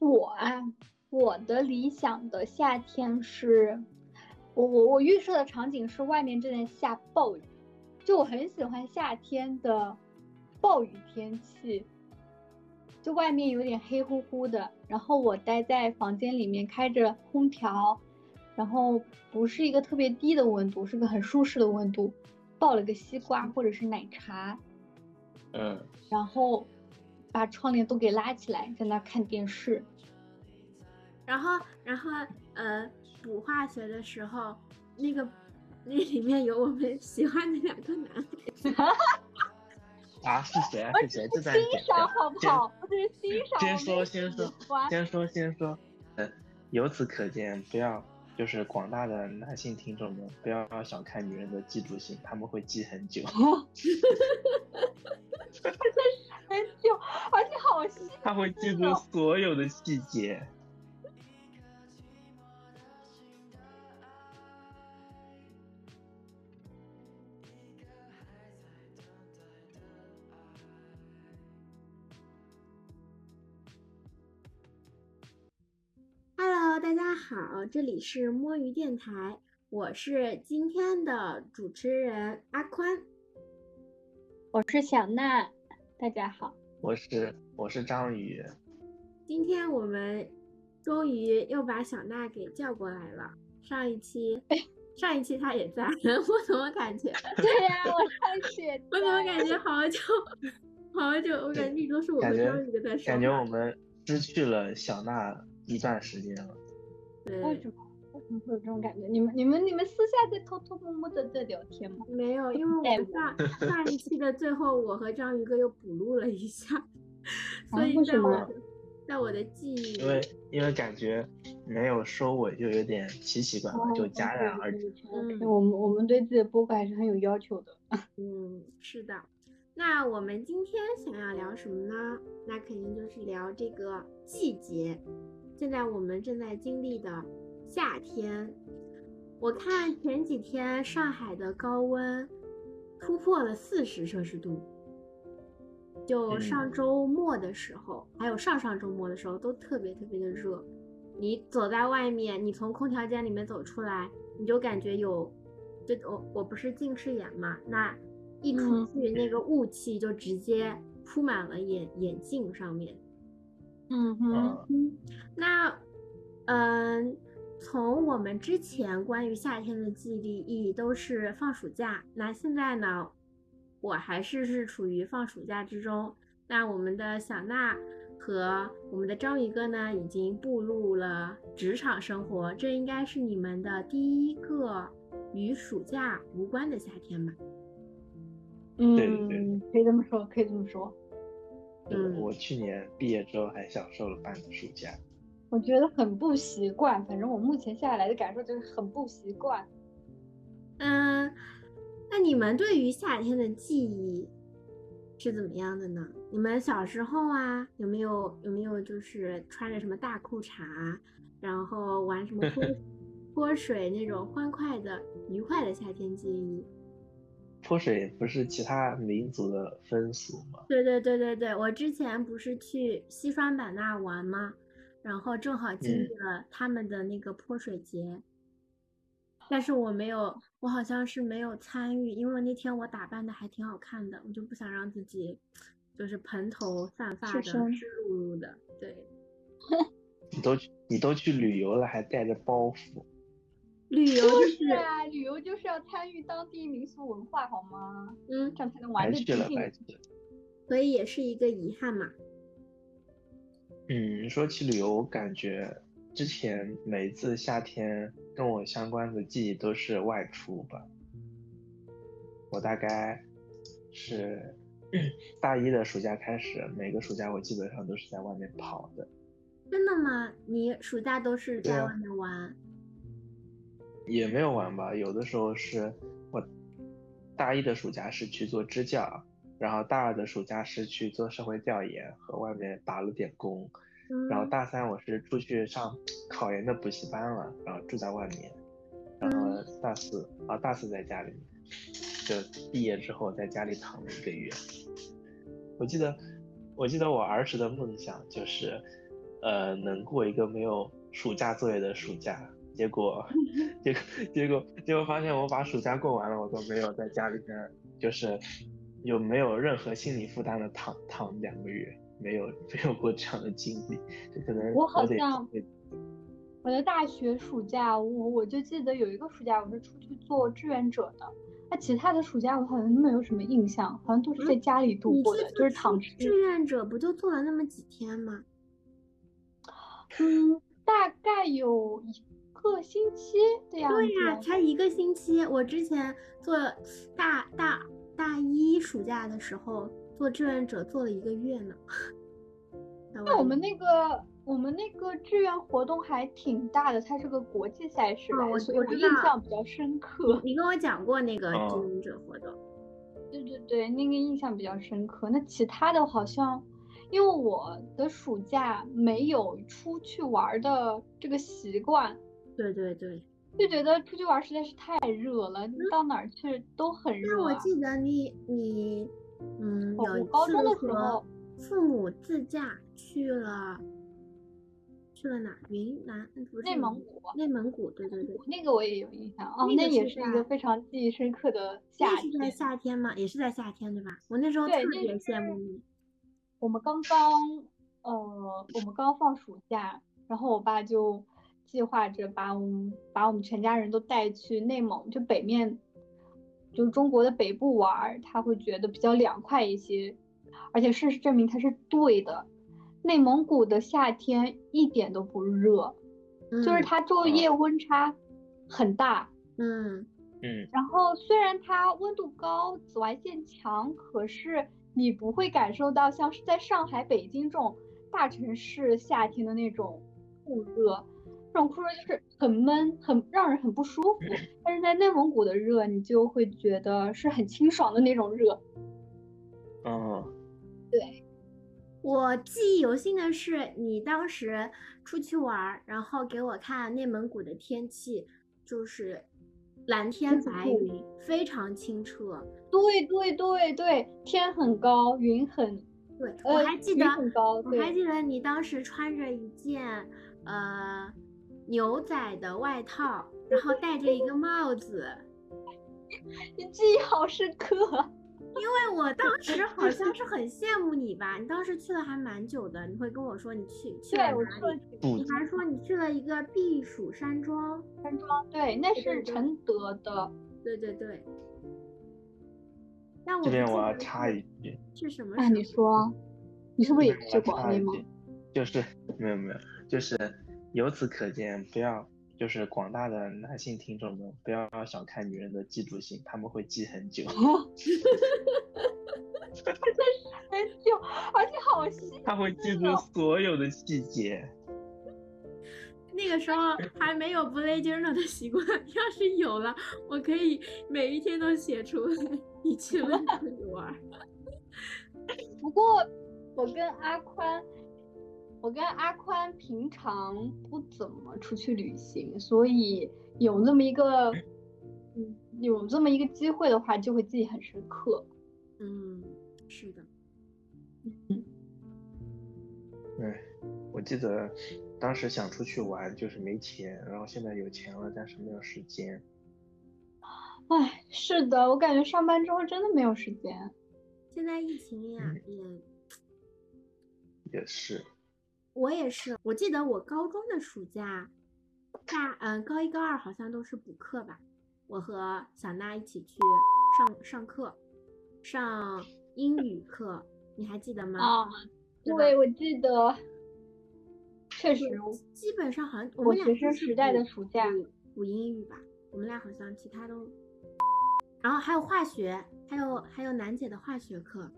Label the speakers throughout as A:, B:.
A: 我啊，我的理想的夏天是，我我我预设的场景是外面正在下暴雨，就我很喜欢夏天的暴雨天气，就外面有点黑乎乎的，然后我待在房间里面开着空调，然后不是一个特别低的温度，是个很舒适的温度，抱了个西瓜或者是奶茶，
B: 嗯，
A: 然后把窗帘都给拉起来，在那儿看电视。
C: 然后，然后，呃，补化学的时候，那个那里面有我们喜欢的两个男孩，
B: 啊，是谁啊？
A: 我
B: 是
A: 只
B: 谁？
A: 是
B: 这咱
A: 欣赏好不好？我只是欣赏。
B: 先
A: 我没
B: 说
A: 有
B: 先说
A: 喜欢
B: 先说先说，嗯，由此可见，不要就是广大的男性听众们，不要小看女人的嫉妒心，他们会记很 久，
A: 很久，而且好细。
B: 他会记住所有的细节。
C: Hello，大家好，这里是摸鱼电台，我是今天的主持人阿宽。
A: 我是小娜，大家好。
B: 我是我是张宇，
C: 今天我们终于又把小娜给叫过来了。上一期，上一期她也在， 我怎么感觉，
A: 对呀、我上次也
C: 我怎么感觉好久，好久，我感觉一直都是我
B: 感
C: 们
B: 觉
C: 张宇在说话。
B: 感觉我们失去了小娜一段时间了。
A: 为
C: 对
A: 什，么？为什么会有这种感觉？你们、你们、你们私下在偷偷摸摸的在聊天吗？
C: 没有，因为我们上上一期的最后，我和章鱼哥又补录了一下，所以
A: 哦为
C: 在
A: 什
C: 我
A: 么
C: 的在我的记忆
B: 因为因为感觉没有收尾就有点奇奇怪嗯怪，就
A: 哦
B: 戛然而止。
A: 止。
C: 嗯
A: 我们我们对自己的播客还是很有要求的。
C: 嗯，是的。那我们今天想要聊什么呢？那肯定就是聊这个季节，现在我们正在经历的夏天。我看前几天上海的高温突破了四十摄氏度，就
B: 嗯
C: 上周末的时候，还有上上周末的时候都特别特别的热。你走在外面，你从空调间里面走出来，你就感觉有，就我我不是近视眼嘛，那一出
A: 嗯
C: 去那个雾气就直接铺满了眼眼镜上面。
A: 嗯哼，
B: 嗯，
C: 那，嗯，从我们之前关于夏天的记忆忆都是放暑假，那现在呢，我还是是处于放暑假之中。那我们的小娜和我们的章鱼哥呢，已经步入了职场生活，这应该是你们的第一个与暑假无关的夏天吧？
A: 嗯，
B: 对对对
A: 可以这么说，可以这么说。
B: 是的
C: 嗯
B: 我去年毕业之后还享受了半个暑假。
A: 我觉得很不习惯，反正我目前下来的感受就是很不习惯。
C: 嗯，那你们对于夏天的记忆是怎么样的呢？你们小时候啊，有没有有没有就是穿着什么大裤衩，啊然后玩什么泼 泼水那种欢快的、愉快的夏天记忆？
B: 泼水不是其他民族的风俗吗？
C: 对对对对对，我之前不是去西双版纳玩吗？然后正好经历了他们的那个泼水节，但是我没有，我好像是没有参与，因为那天我打扮的还挺好看的，我就不想让自己就是蓬头散发
A: 是
C: 的、
A: 是
C: 湿漉漉的。对，
B: 你都去你都去旅游了，还带着包袱，
C: 旅游
A: 就
C: 就是
A: 啊，旅游就是要参与当地民俗文化，好吗？
C: 嗯，
A: 这样才能玩
B: 白
A: 得
B: 去
A: 尽
B: 了，
A: 兴。
B: 白去了。
C: 所以也是一个遗憾嘛。
B: 嗯，说起旅游，我感觉之前每次夏天跟我相关的记忆都是外出吧。我大概是 大一的暑假开始，每个暑假我基本上都是在外面跑的。
C: 真的吗？你暑假都是
B: 对
C: 在
B: 啊
C: 外面玩？
B: 也没有玩吧，有的时候是我大一的暑假是去做支教，然后大二的暑假是去做社会调研和外面打了点工，然后
C: 嗯
B: 大三我是出去上考研的补习班了，然后住在外面，然后大四啊大四在家里面，就毕业之后在家里躺了一个月。我记得我记得我儿时的梦想就是呃，能过一个没有暑假作业的暑假。结 果，结果，结果，结果发现我把暑假过完了，我都没有在家里边，就是有没有任何心理负担的躺躺两个月，没有没有过这样的经历，这可能
A: 我好
B: 得
A: 像
B: 得
A: 我的大学暑假，我我就记得有一个暑假我是出去做志愿者的，那其他的暑假我好像没有什么印象，好像都是在
C: 嗯
A: 家里度
C: 你
A: 过
C: 去
A: 的，
C: 做
A: 就是
C: 志
A: 躺尸。
C: 志愿者不就做了那么几天吗？
A: 嗯，大概有一个星期的样子。
C: 对呀、才一个星期。我之前做大大大一暑假的时候做志愿者，做了一个月呢。
A: 那我们那个我们那个志愿活动还挺大的，它是个国际赛事
C: 哦
A: 来，
C: 我
A: 所以
C: 我
A: 我
C: 知
A: 印
C: 道
A: 象比较深刻。
C: 你跟我讲过那个
B: 哦
C: 志愿者活动，
A: 对对对，那个印象比较深刻。那其他的好像，因为我的暑假没有出去玩儿的这个习惯，
C: 对对对。
A: 就觉得出去玩儿实在是太热了，你到哪儿去都很
C: 嗯那
A: 热、
C: 我
A: 啊。
C: 记得你你嗯
A: 我
C: 有
A: 我
C: 一
A: 高中
C: 次
A: 的时
C: 和
A: 候
C: 父母自驾去了去了哪儿？云南不是
A: 内
C: 云
A: 蒙
C: 南
A: 古，啊
C: 内蒙古，对对对。
A: 那个我也有印象哦，
C: 那
A: 那
C: 个
A: 也是
C: 是
A: 一个
C: 在
A: 非常记忆深刻的夏
C: 那
A: 天
C: 是。在夏天吗？也是在夏天对吧？我那时候特
A: 对那
C: 别
A: 是
C: 羡慕你。
A: 我们刚刚，呃，我们刚放暑假，然后我爸就计划着把我们把我们全家人都带去内蒙，就北面，就是中国的北部玩儿，他会觉得比较凉快一些。而且事实证明他是对的，内蒙古的夏天一点都不热，就是
C: 嗯
A: 它昼
B: 嗯
A: 夜温差很大。
C: 嗯。
B: 嗯
A: 然后虽然它温度高，紫外线强，可是你不会感受到像是在上海、北京这种大城市夏天的那种酷热，这种酷热就是很闷，很让人很不舒服。但是在内蒙古的热，你就会觉得是很清爽的那种热。
B: 嗯，
C: 我记忆犹新的是，你当时出去玩儿，然后给我看内蒙古的天气，就是蓝天
A: 紫
C: 白
A: 雾
C: 云，非常清澈。
A: 对对对对，天很高，云很，
C: 对，我
A: 呃，
C: 还记
A: 云
C: 得，
A: 很高，
C: 我还
A: 对，
C: 记得你当时穿着一件呃牛仔的外套，然后戴着一个帽子。
A: 你记忆好深刻啊。
C: 对，我 当时好像是很羡慕你吧，你当时去了还蛮久的，你会跟我说你去去了
A: 对，我
C: 哪
A: 说
C: 里？
B: 不
C: 你还说你去了一个避暑山庄。
A: 对，那
C: 对对
A: 是
C: 对
A: 承德的。
C: 对对对。但我
B: 这
C: 不
B: 边
C: 记
B: 我要
C: 得
B: 插
C: 是
B: 一句，
C: 是什么时
A: 啊，
C: 候？
A: 你说，你是不是也去
B: 我
A: 过
B: 插
A: 内
B: 一
A: 蒙
B: 句？就是没有没有，就是由此可见，不要就是广大的男性听众们不要小看女人的嫉妒心，他们会记很久，
A: 很久，而且好细。
B: 他会记住
C: 哦
B: 所有的细节。
C: 那个时候还没有不勒 journal 的 习惯，要是有了，我可以每一天都写出来。你去了 哪里玩？
A: 不过我跟阿宽，我跟阿宽平常不怎么出去旅行，所以有那么一个，嗯，有这么一个机会的话，就会记忆很深刻。
C: 嗯，是的，
B: 我记得当时想出去玩，就是没钱，然后现在有钱了，但是没有时间。
A: 唉，哎是的，我感觉上班之后真的没有时间。
C: 现在疫情呀、
B: 嗯
C: 也，
B: 也是，
C: 我也是。我记得我高中的暑假，大嗯、高一高二好像都是补课吧，我和小娜一起去上上课，上英语课，你还记得吗？
A: 啊，
C: 对吧
A: 对，我记得，确实，
C: 基本上好像我
A: 我
C: 们俩
A: 学
C: 就
A: 生
C: 是
A: 时代的
C: 补
A: 暑假，
C: 补补英语吧，我们俩好像其他都，然后还有化学，还有还有楠姐的化学课，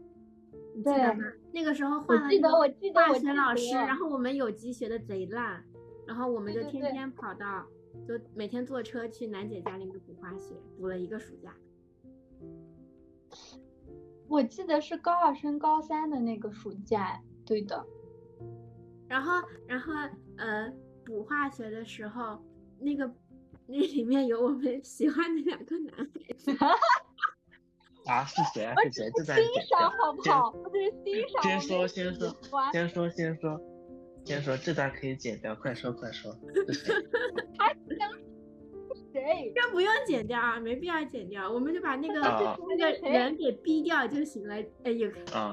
C: 你记得
A: 对
C: 吗？那个时候
A: 我
C: 换了
A: 记
C: 一
A: 得，
C: 个
A: 我记得，
C: 化
A: 我记
C: 学
A: 得。
C: 老师，然后我们有机学的贼烂，然后我们就
A: 对对
C: 天
A: 对
C: 天跑到，就每天坐车去楠姐家里面补化学，补了一个暑假。
A: 我记得是高二升高三的那个暑假，对的，
C: 然后，然后，呃，补化学的时候，那个那里面有我们喜欢的两个男孩子，
B: 啊，是谁啊？是谁？这
A: 欣
B: 段剪
A: 赏
B: 掉。
A: 好不好？我只是欣赏。
B: 先
A: 我没
B: 说
A: 有
B: 先
A: 喜
B: 说
A: 欢
B: 先说先说，先说这段可以剪掉，快说快说。
A: 谁？
C: 这不用剪掉啊，没必要剪掉，我们就把那个、
B: 啊
C: 那个人给逼掉就行了。哎，有
B: 啊，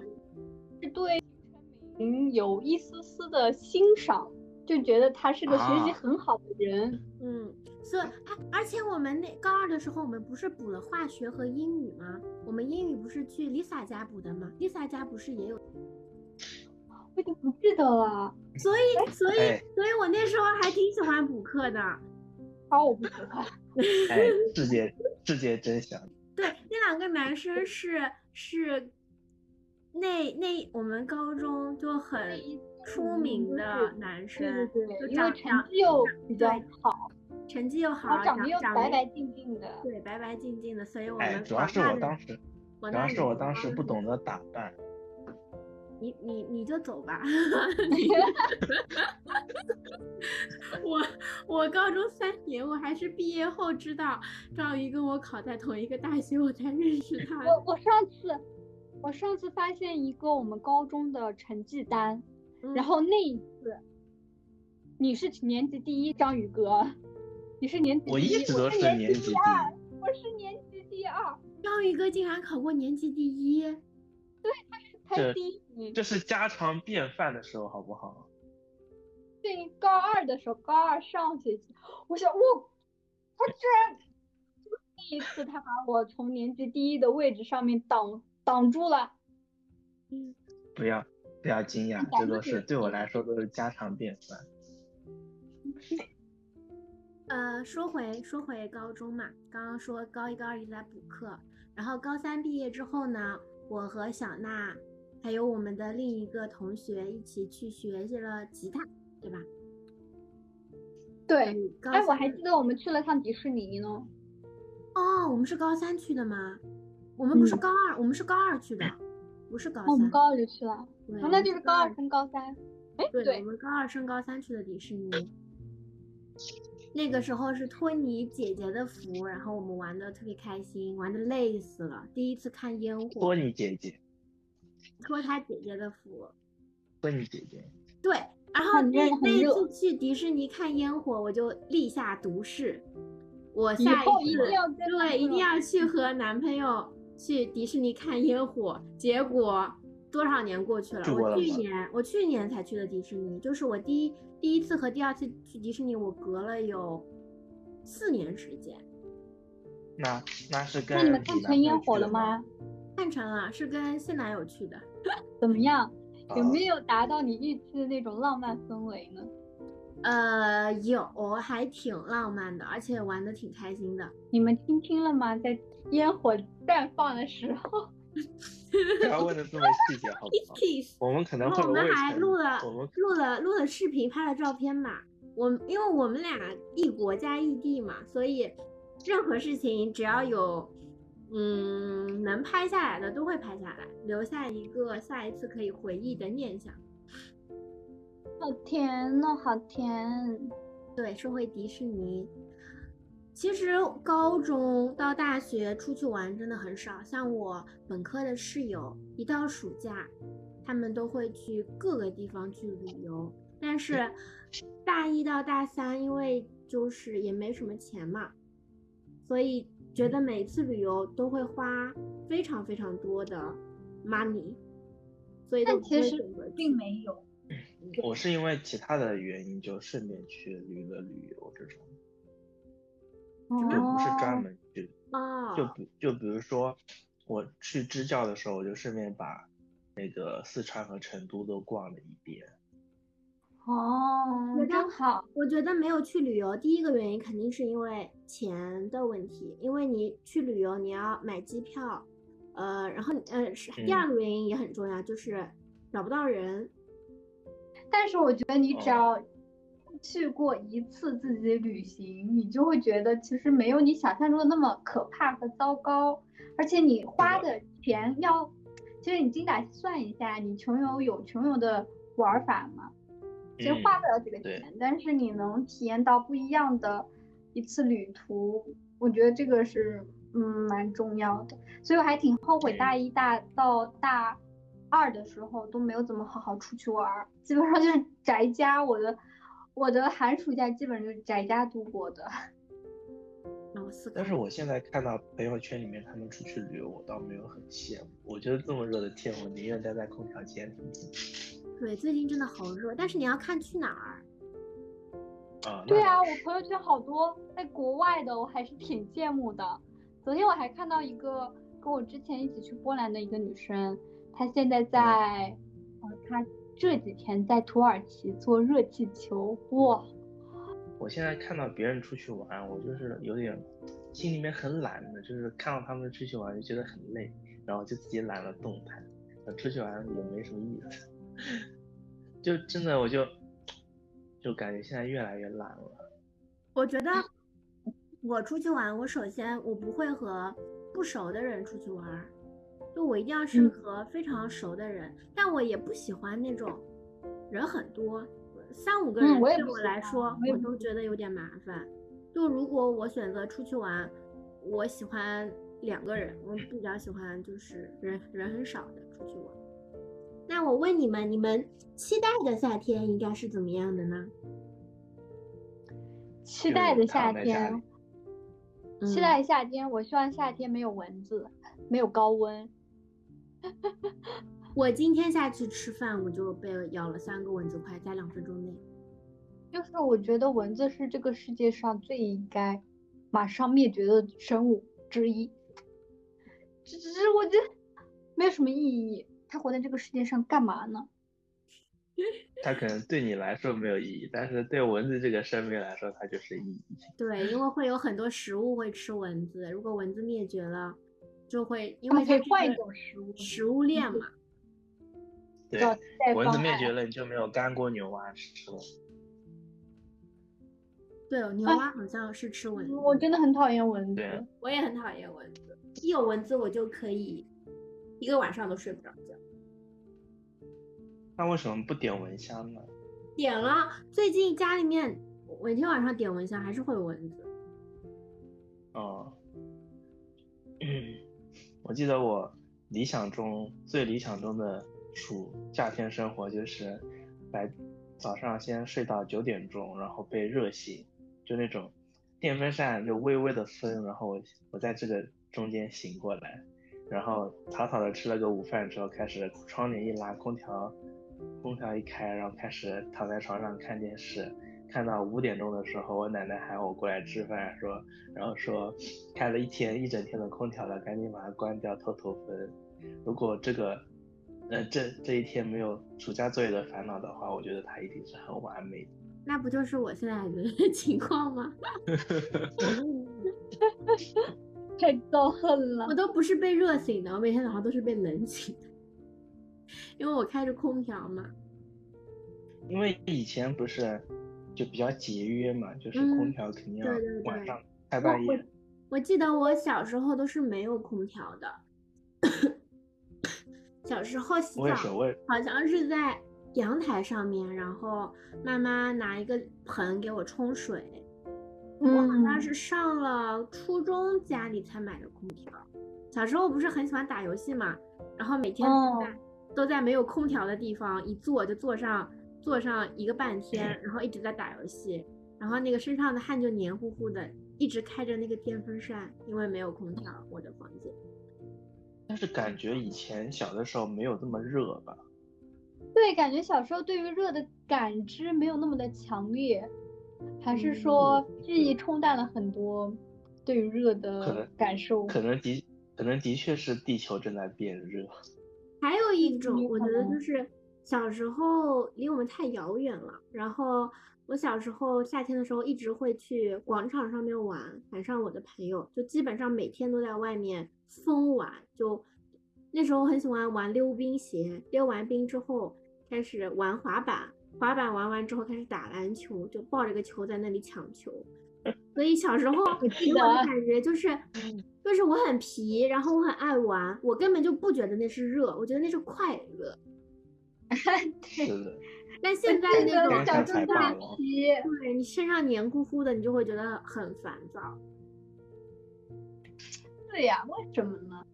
A: 嗯，有一丝丝的欣赏，就觉得他是个学习
B: 啊
A: 很好的人。
C: 嗯，所以哎，而且我们那高二的时候，我们不是补了化学和英语吗？我们英语不是去 Lisa 家补的吗？Lisa 家不是也有？
A: 我已经不记得了，
C: 所以，所以，
B: 哎
C: 所以我那时候还挺喜欢补课的。
A: 啊，我不喜欢。
B: 哎，世界世界真小，
C: 对，那两个男生是是那那我们高中就很 出名的男
A: 对
C: 生
A: 对，对，
C: 就
A: 因为
C: 长
A: 成
C: 长
A: 绩又比较
C: 对
A: 好，
C: 成绩又
A: 然
C: 好，
A: 后长得又
C: 长
A: 白白净净的。
C: 对白白净净的，所以我
B: 哎，
C: 们
B: 主要
C: 广
B: 是
C: 大
B: 我
C: 的
B: 当时，
C: 广
B: 主
C: 大
B: 要
C: 的
B: 是我
C: 女
B: 当
C: 高
B: 时不
C: 中
B: 懂得打扮，
C: 你你你就走 吧。我我高中三年，我还是毕业后知道赵瑜跟我考在同一个大学，我才认识他。
A: 我我上次，我上次发现一个我们高中的成绩单，
C: 嗯
A: 然后那一次，你是年级第一，章宇哥，你是年级第
B: 我一直都
A: 是
B: 是
A: 年
B: 年级第
A: 第二，
B: 一，
A: 我是年级第二，
C: 赵瑜哥竟然考过年级第一，
A: 他
B: 这
A: 是第一名。
B: 这是家常便饭的时候，好不好？
A: 对，高二的时候，高二上学期，我想我，他居然就是第一次他把我从年级第一的位置上面挡挡住了。
B: 不要不要惊讶
A: 那咱，
B: 这
A: 们
B: 都是
A: 就
B: 对我来说都是家常便饭。
C: 呃，说回说回高中嘛，刚刚说高一高二一直在补课，然后高三毕业之后呢，我和小娜还有我们的另一个同学一起去学习了吉他，对吧？
A: 对，
C: 嗯，高
A: 哎，我
C: 三
A: 还记得我们去了趟迪士尼呢。
C: 哦，我们是高三去的吗？我们不是
A: 嗯
C: 高二，我们是高二去的， 不是高
A: 哦，我们
C: 三。
A: 高二就去了，啊
C: 对我
A: 那
C: 们
A: 就是是高二
C: 二，
A: 升高三。哎，
C: 对，
A: 对
C: 我，们高二升高三去的迪士尼。那个时候是托尼姐姐的福，然后我们玩的特别开心，玩的累死了。第一次看烟火，
B: 托尼姐姐，
C: 托她姐姐的福。
B: 托尼姐姐，
C: 对，然后
A: 很
C: 那
A: 热很
C: 那一
A: 热
C: 次去迪士尼看烟火，我就立下毒誓，我
A: 以
C: 下
A: 后
C: 一
A: 一
C: 次
A: 定要跟那
C: 对，一定
A: 个
C: 要去和男朋友去迪士尼看烟火。结果多少年过去了？
B: 去过
C: 我
B: 了
C: 去
B: 吗
C: 年我去年才去的迪士尼，就是我第一第一次和第二次去迪士尼，我隔了有四年时间。
B: 那那是跟
A: 那你们
B: 你
A: 看
B: 男
A: 成
B: 朋
A: 烟
B: 友
A: 火
B: 去
A: 了
B: 的？
A: 吗？
C: 看成了是跟现男友去的，
A: 怎么样？有
B: 啊
A: 没有达到你预期的那种浪漫氛围呢？
C: 呃，有还挺浪漫的，而且玩的挺开心的。
A: 你们听清了吗？在烟火绽放的时候，
B: 啊不要问的这么细节，好 不好？
C: kiss，
B: 我们可能
C: 然
B: 会
C: 后我
B: 有
C: 们
B: 未
C: 还
B: 成
C: 录了
B: 我们
C: 录了录了视频，拍了照片嘛。我们因为我们俩异国加异地嘛，所以任何事情只要有嗯能拍下来的都会拍下来，留下一个下一次可以回忆的念想。
A: 好甜哦，好甜。
C: 对，说回迪士尼，其实高中到大学出去玩真的很少。像我本科的室友，一到暑假，他们都会去各个地方去旅游。
A: 嗯
C: 但是大一到大三，因为就是也没什么钱嘛，所以
A: 嗯
C: 觉得每次旅游都会花非常非常多的 money，所以都
A: 但
C: 不
A: 其
C: 会
A: 实
C: 懂得
A: 并没有。
B: 我是因为其他的原因就顺便去旅了旅游这种，
A: 哦
B: 就不是专门去，
C: 哦，
B: 就比就比如说我去支教的时候，我就顺便把那个四川和成都都逛了一遍。
A: 哦，
C: 觉得
A: 真好。
C: 我觉得没有去旅游，第一个原因肯定是因为钱的问题，因为你去旅游你要买机票，呃，然后你呃是第
B: 嗯
C: 二个原因也很重要，就是找不到人。
A: 但是我觉得你只
B: 哦
A: 要去过一次自己旅行，你就会觉得其实没有你想象中的那么可怕和糟糕，而且你花的钱要，其实你精打细算一下，你穷游有穷游的玩法嘛，其实
B: 嗯
A: 花不了几个
B: 对
A: 钱，但是你能体验到不一样的一次旅途，我觉得这个是嗯蛮重要的，所以我还挺后悔
B: 对
A: 大一大到大。二的时候都没有怎么好好出去玩儿，基本上就是宅家。我的我的寒暑假基本就是宅家度过的。
C: 让我思考
B: 但。是我现在看到朋友圈里面他们出去旅游，我倒没有很羡慕。我觉得这么热的天，我宁愿待在空调间里面
C: 对，最近真的好热，但是你要看去哪儿。
B: 啊。那
A: 对啊，
B: 倒
A: 我
B: 是
A: 朋友圈好多在国外的，我还是挺羡慕的。昨天我还看到一个跟我之前一起去波兰的一个女生，她现
B: 嗯
A: 在在，呃，她这几天在土耳其坐热气球，哇，
B: 我现在看到别人出去玩，我就是有点心里面很懒的，就是看到他们出去玩就觉得很累，然后就自己懒得动弹，呃出去玩也没什么意思， 就真的我就就感觉现在越来越懒了。
C: 我觉得
A: 嗯
C: 我出去玩，我首先我不会和不熟的人出去玩儿，就我一定要是
A: 嗯
C: 和非常熟的人。但我也不喜欢那种人很多，三五个
A: 嗯
C: 人
A: 我也
C: 对
A: 不
C: 我
A: 喜
C: 来
A: 欢
C: 说
A: 我也
C: 我
A: 不
C: 都觉得有点麻烦。就如果我选择出去玩，我喜欢两个人，我比较喜欢就是人人很少的出去玩。那我问你们，你们期待的夏天应该是怎么样的呢？
A: 期待的夏
B: 就是躺在家
A: 天啊
B: 里，嗯
C: 嗯
A: 期待夏天。我希望夏天没有蚊子，没有高温。
C: 我今天下去吃饭，我就被咬了三个蚊子块，在两分钟内。
A: 就是我觉得蚊子是这个世界上最应该马上灭绝的生物之一。只只是我觉得没有什么意义，它活在这个世界上干嘛呢？
B: 它可能对你来说没有意义，但是对蚊子这个生命来说，它就是意义。
C: 对，因为会有很多食物会吃蚊子，如果蚊子灭绝了，就会因
A: 它
C: 为
A: 哦们可
C: 它
A: 以
C: 是
A: 换
C: 个
A: 一种食物，
C: 食物链
A: 嗯
C: 嘛。
B: 对，
A: 叫代
B: 蚊子
A: 方
B: 灭
A: 案
B: 绝了，你就没有干锅牛蛙吃了。
C: 对，牛
A: 哎
C: 蛙好像是吃蚊子。
A: 嗯我真的很讨厌蚊
B: 对
A: 子。
C: 我也很讨厌蚊子，一有蚊子我就可以一个晚上都睡不着觉。
B: 那为什么不点蚊香呢？
C: 点了，最近家里面我每天晚上点蚊香还是会有蚊子。
B: 哦，我记得我理想中最理想中的暑夏天生活就是白早上先睡到九点钟，然后被热醒，就那种电风扇就微微的风，然后我我在这个中间醒过来，然后草草的吃了个午饭之后，开始窗帘一拉，空调空调一开，然后开始躺在床上看电视。看到五点钟的时候，我奶奶喊我过来吃饭，说，然后说开了一天一整天的空调了，赶紧把它关掉透透风。如果这个，呃，这这一天没有暑假作业的烦恼的话，我觉得它一定是很完美的。
C: 那不就是我现在的 情况吗？
A: 太遭恨了
C: 我。都不是被热醒的，我每天早上都是被冷醒的，因为我开着空调嘛。
B: 因为以前不是就比较节约嘛，就是
C: 嗯
B: 空调肯定要
C: 对对对
B: 晚上开半夜。
C: 我记得我小时候都是没有空调的，小时候洗
B: 我也是，
C: 澡
B: 我也
C: 好像是在阳台上面，然后妈妈拿一个盆给我冲水。我
A: 嗯
C: 好像是上了初中家里才买的空调。小时候不是很喜欢打游戏嘛，然后每天都在、都在没有空调的地方一坐就坐上坐上一个半天，然后一直在打游戏，然后那个身上的汗就黏糊糊的，一直开着那个电风扇，因为没有空调，我的房间。
B: 但是感觉以前小的时候没有这么热吧？
A: 对，感觉小时候对于热的感知没有那么的强烈，还是
C: 嗯
A: 说记忆冲淡了很多对于热
B: 可
A: 的
B: 能
A: 感
C: 哦
A: 受？
B: 可能的可能的确是地球正在变 热。
C: 还有一种，
A: 你
C: 我觉得
A: 懂
C: 就是小时候离我们太遥远了。然后我小时候夏天的时候，一直会去广场上面玩，赶上我的朋友，就基本上每天都在外面疯玩。就那时候很喜欢玩溜冰鞋，溜完冰之后开始玩滑板，滑板玩完之后开始打篮球，就抱着个球在那里抢 球。所以小时候
A: 我记
C: 给我的
A: 得嗯
C: 感觉就是，就是我很皮，然后我很爱玩，我根本就不觉得那是热，我觉得那是快乐。
B: 是的，
C: 但现在
A: 这
C: 那
A: 个
C: 种
B: 天
A: 小正
B: 上
C: 就
B: 才
C: 是
A: 太
B: 霸王
A: 皮，
C: 对你身上黏糊糊的，你就会觉得很烦躁。
A: 对呀、为什么呢？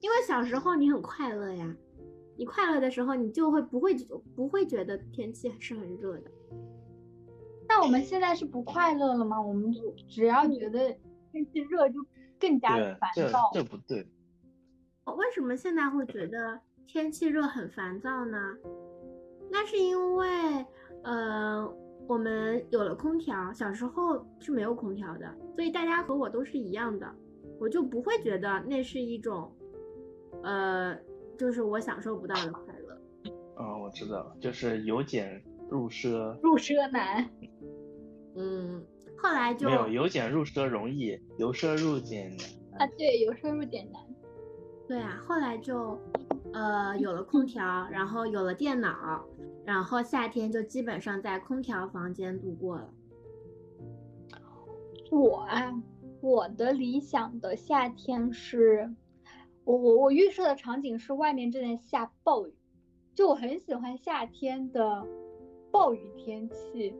C: 因为小时候你很快乐呀，你快乐的时候你就会不会不会觉得天气是很热的。
A: 那我们现在是不快乐了吗？我们就只要觉得天气热就更加
B: 对
A: 的，烦
B: 这
A: 躁。
B: 这不对，
C: 哦，为什么现在会觉得天气热很烦躁呢？那是因为，呃，我们有了空调，小时候是没有空调的，所以大家和我都是一样的，我就不会觉得那是一种，呃，就是我享受不到的快乐。
B: 嗯，我知道了，就是由俭入奢，
A: 入奢难，
C: 嗯，后来就
B: 没有由俭入奢容易，由奢入俭难。
A: 啊，对，有深入点难。
C: 对啊，后来就，呃，有了空调，然后有了电脑，然后夏天就基本上在空调房间度过了。
A: 我啊，我的理想的夏天是，我我我预设的场景是外面正在下暴雨，就我很喜欢夏天的暴雨天气，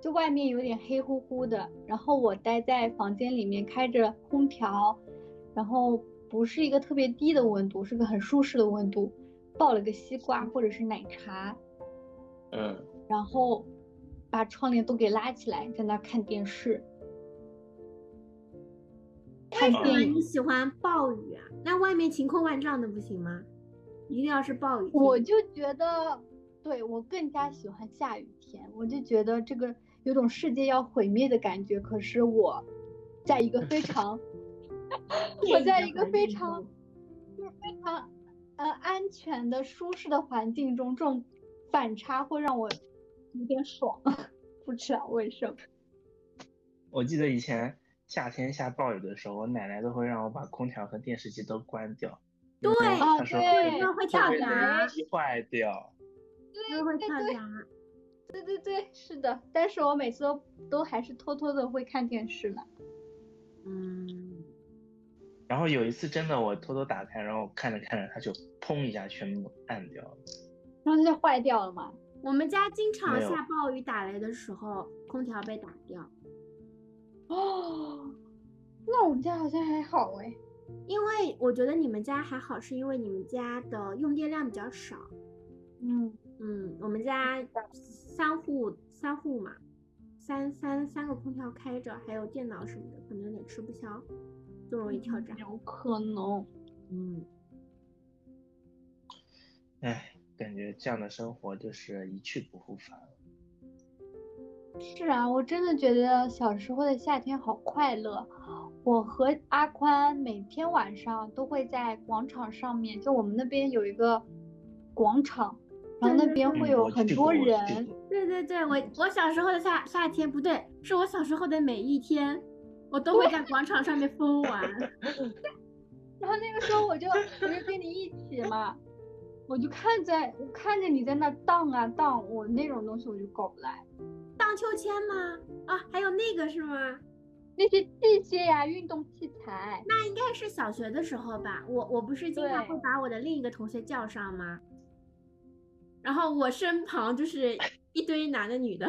A: 就外面有点黑乎乎的，然后我待在房间里面开着空调，然后不是一个特别低的温度，是个很舒适的温度，抱了个西瓜或者是奶茶，
B: 嗯，
A: 然后把窗帘都给拉起来，在那儿看电视。
B: 嗯
C: 为什么啊你喜欢暴雨啊？那外面晴空万丈的不行吗？一定要是暴雨天？
A: 我就觉得，对我更加喜欢下雨天，我就觉得这个有种世界要毁灭的感觉。可是我在一个非常，我在一个非常就是非常呃安全的、舒适的环境中，这种反差会让我有点爽， 不知道为什么。
B: 我记得以前夏天下暴雨的时候，我奶奶都会让我把空调和电视机都关掉，因为
C: 对
A: 啊
B: 她说
A: 对
B: 会
C: 那会
B: 会
C: 跳
B: 被
C: 闸
B: 雷击坏掉。
C: 就会跳
A: 对
C: 闸。
A: 对对对，是的，但是我每次都都还是偷偷的会看电视的。
C: 嗯，
B: 然后有一次真的我偷偷打开，然后看着看着它就砰一下全部暗掉了。
A: 然后它就坏掉了嘛，
C: 我们家经常
B: 没有
C: 下暴雨打雷的时候，空调被打掉，
A: 哦，那我们家好像还好哎。
C: 因为我觉得你们家还好，是因为你们家的用电量比较少。
A: 嗯，
C: 嗯，我们家三户三户嘛，三三三个空调开着，还有电脑什么的，可能有点吃不消，就容易跳闸。
A: 有可能。
C: 嗯，
B: 唉，感觉这样的生活就是一去不复返了。
A: 是啊，我真的觉得小时候的夏天好快乐。我和阿宽每天晚上都会在广场上面，就我们那边有一个广场，然后那边
B: 嗯
A: 会有
B: 我
A: 很
B: 去
A: 多
B: 过我去
A: 人。
B: 过
C: 对对对，我我小时候的夏夏天不对，是我小时候的每一天，我都会在广场上面疯玩。
A: 然后那个时候我就我就跟你一起嘛，我就看在我看着你在那荡啊荡，我那种东西我就搞不来。
C: 荡秋千吗？啊，还有那个是吗？
A: 那些器械呀、运动器材，
C: 那应该是小学的时候吧。我我不是经常
A: 对
C: 会把我的另一个同学叫上吗？然后我身旁就是一堆男的女的。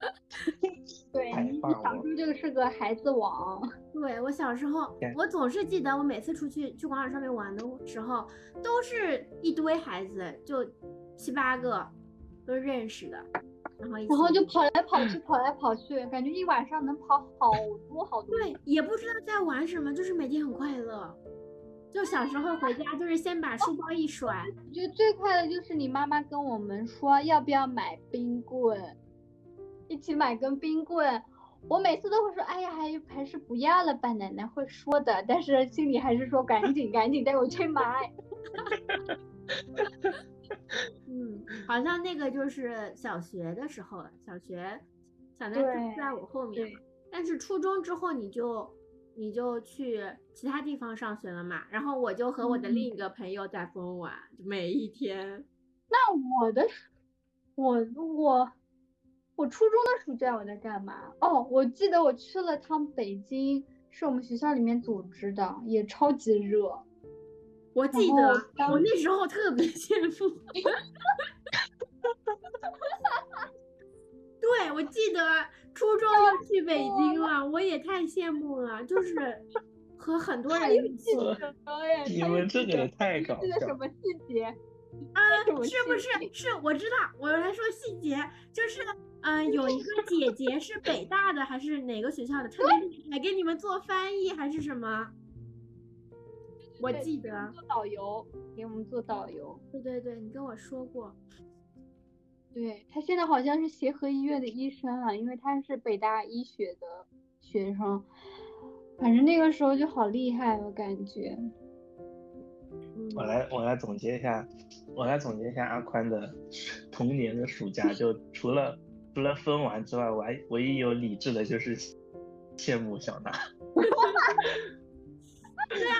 A: 对
B: 太
A: 你你
B: 棒
A: 小
B: 了
A: 时候就是个孩子王，
C: 对我小时候
B: 对，
C: 我总是记得我每次出去去广场上面玩的时候，都是一堆孩子，就七八个都是认识的，然后一起
A: 然后就跑来跑去，跑来跑去，感觉一晚上能跑好多好多。
C: 对，也不知道在玩什么，就是每天很快乐。就小时候回家，就是先把书包一甩，
A: 我觉得最快的就是你妈妈跟我们说要不要买冰棍，一起买根冰棍。我每次都会说，哎呀，还还是不要了吧，奶奶会说的。但是心里还是说，赶紧赶紧带我去买。
C: 嗯，好像那个就是小学的时候，小学小男生
A: 对
C: 在我后面嘛，但是初中之后你就你就去其他地方上学了嘛，然后我就和我的
A: 嗯
C: 另一个朋友在疯玩，就每一天。
A: 那我的暑，我我我初中的暑假我在干嘛？哦，我记得我去了趟北京，是我们学校里面组织的，也超级热。
C: 我记
A: 后
C: 得啊
A: 当
C: 我那时候特别羡 慕，对 啊我记得初中要去北京了，我也太羡慕了，就是和很多
A: 太
C: 人一起
A: 记得 哎，
B: 嗯你
A: 太
B: 们
A: 记
B: 这个
A: 得
B: 也太
A: 你
B: 搞
A: 记得
B: 笑
A: 什么细节？
C: 啊，
A: 什么
C: 是不
A: 细
C: 是？是我知道，我来说细节，就是，嗯、有一个姐姐是北大的还是哪个学校的，特别厉害，给你们做翻译还是什么？我
A: 对
C: 记
A: 给们
C: 得，
A: 做导游，给我们做导游。
C: 对对对，你跟我说过，
A: 对他现在好像是协和医院的医生啊了，因为他是北大医学的学生。反正那个时候就好厉害，我感觉。
C: 嗯，
B: 我来我来总结一下，我来总结一下阿宽的童年的暑假，就除了除了疯玩之外，我还唯一有理智的就是羡慕小 娜，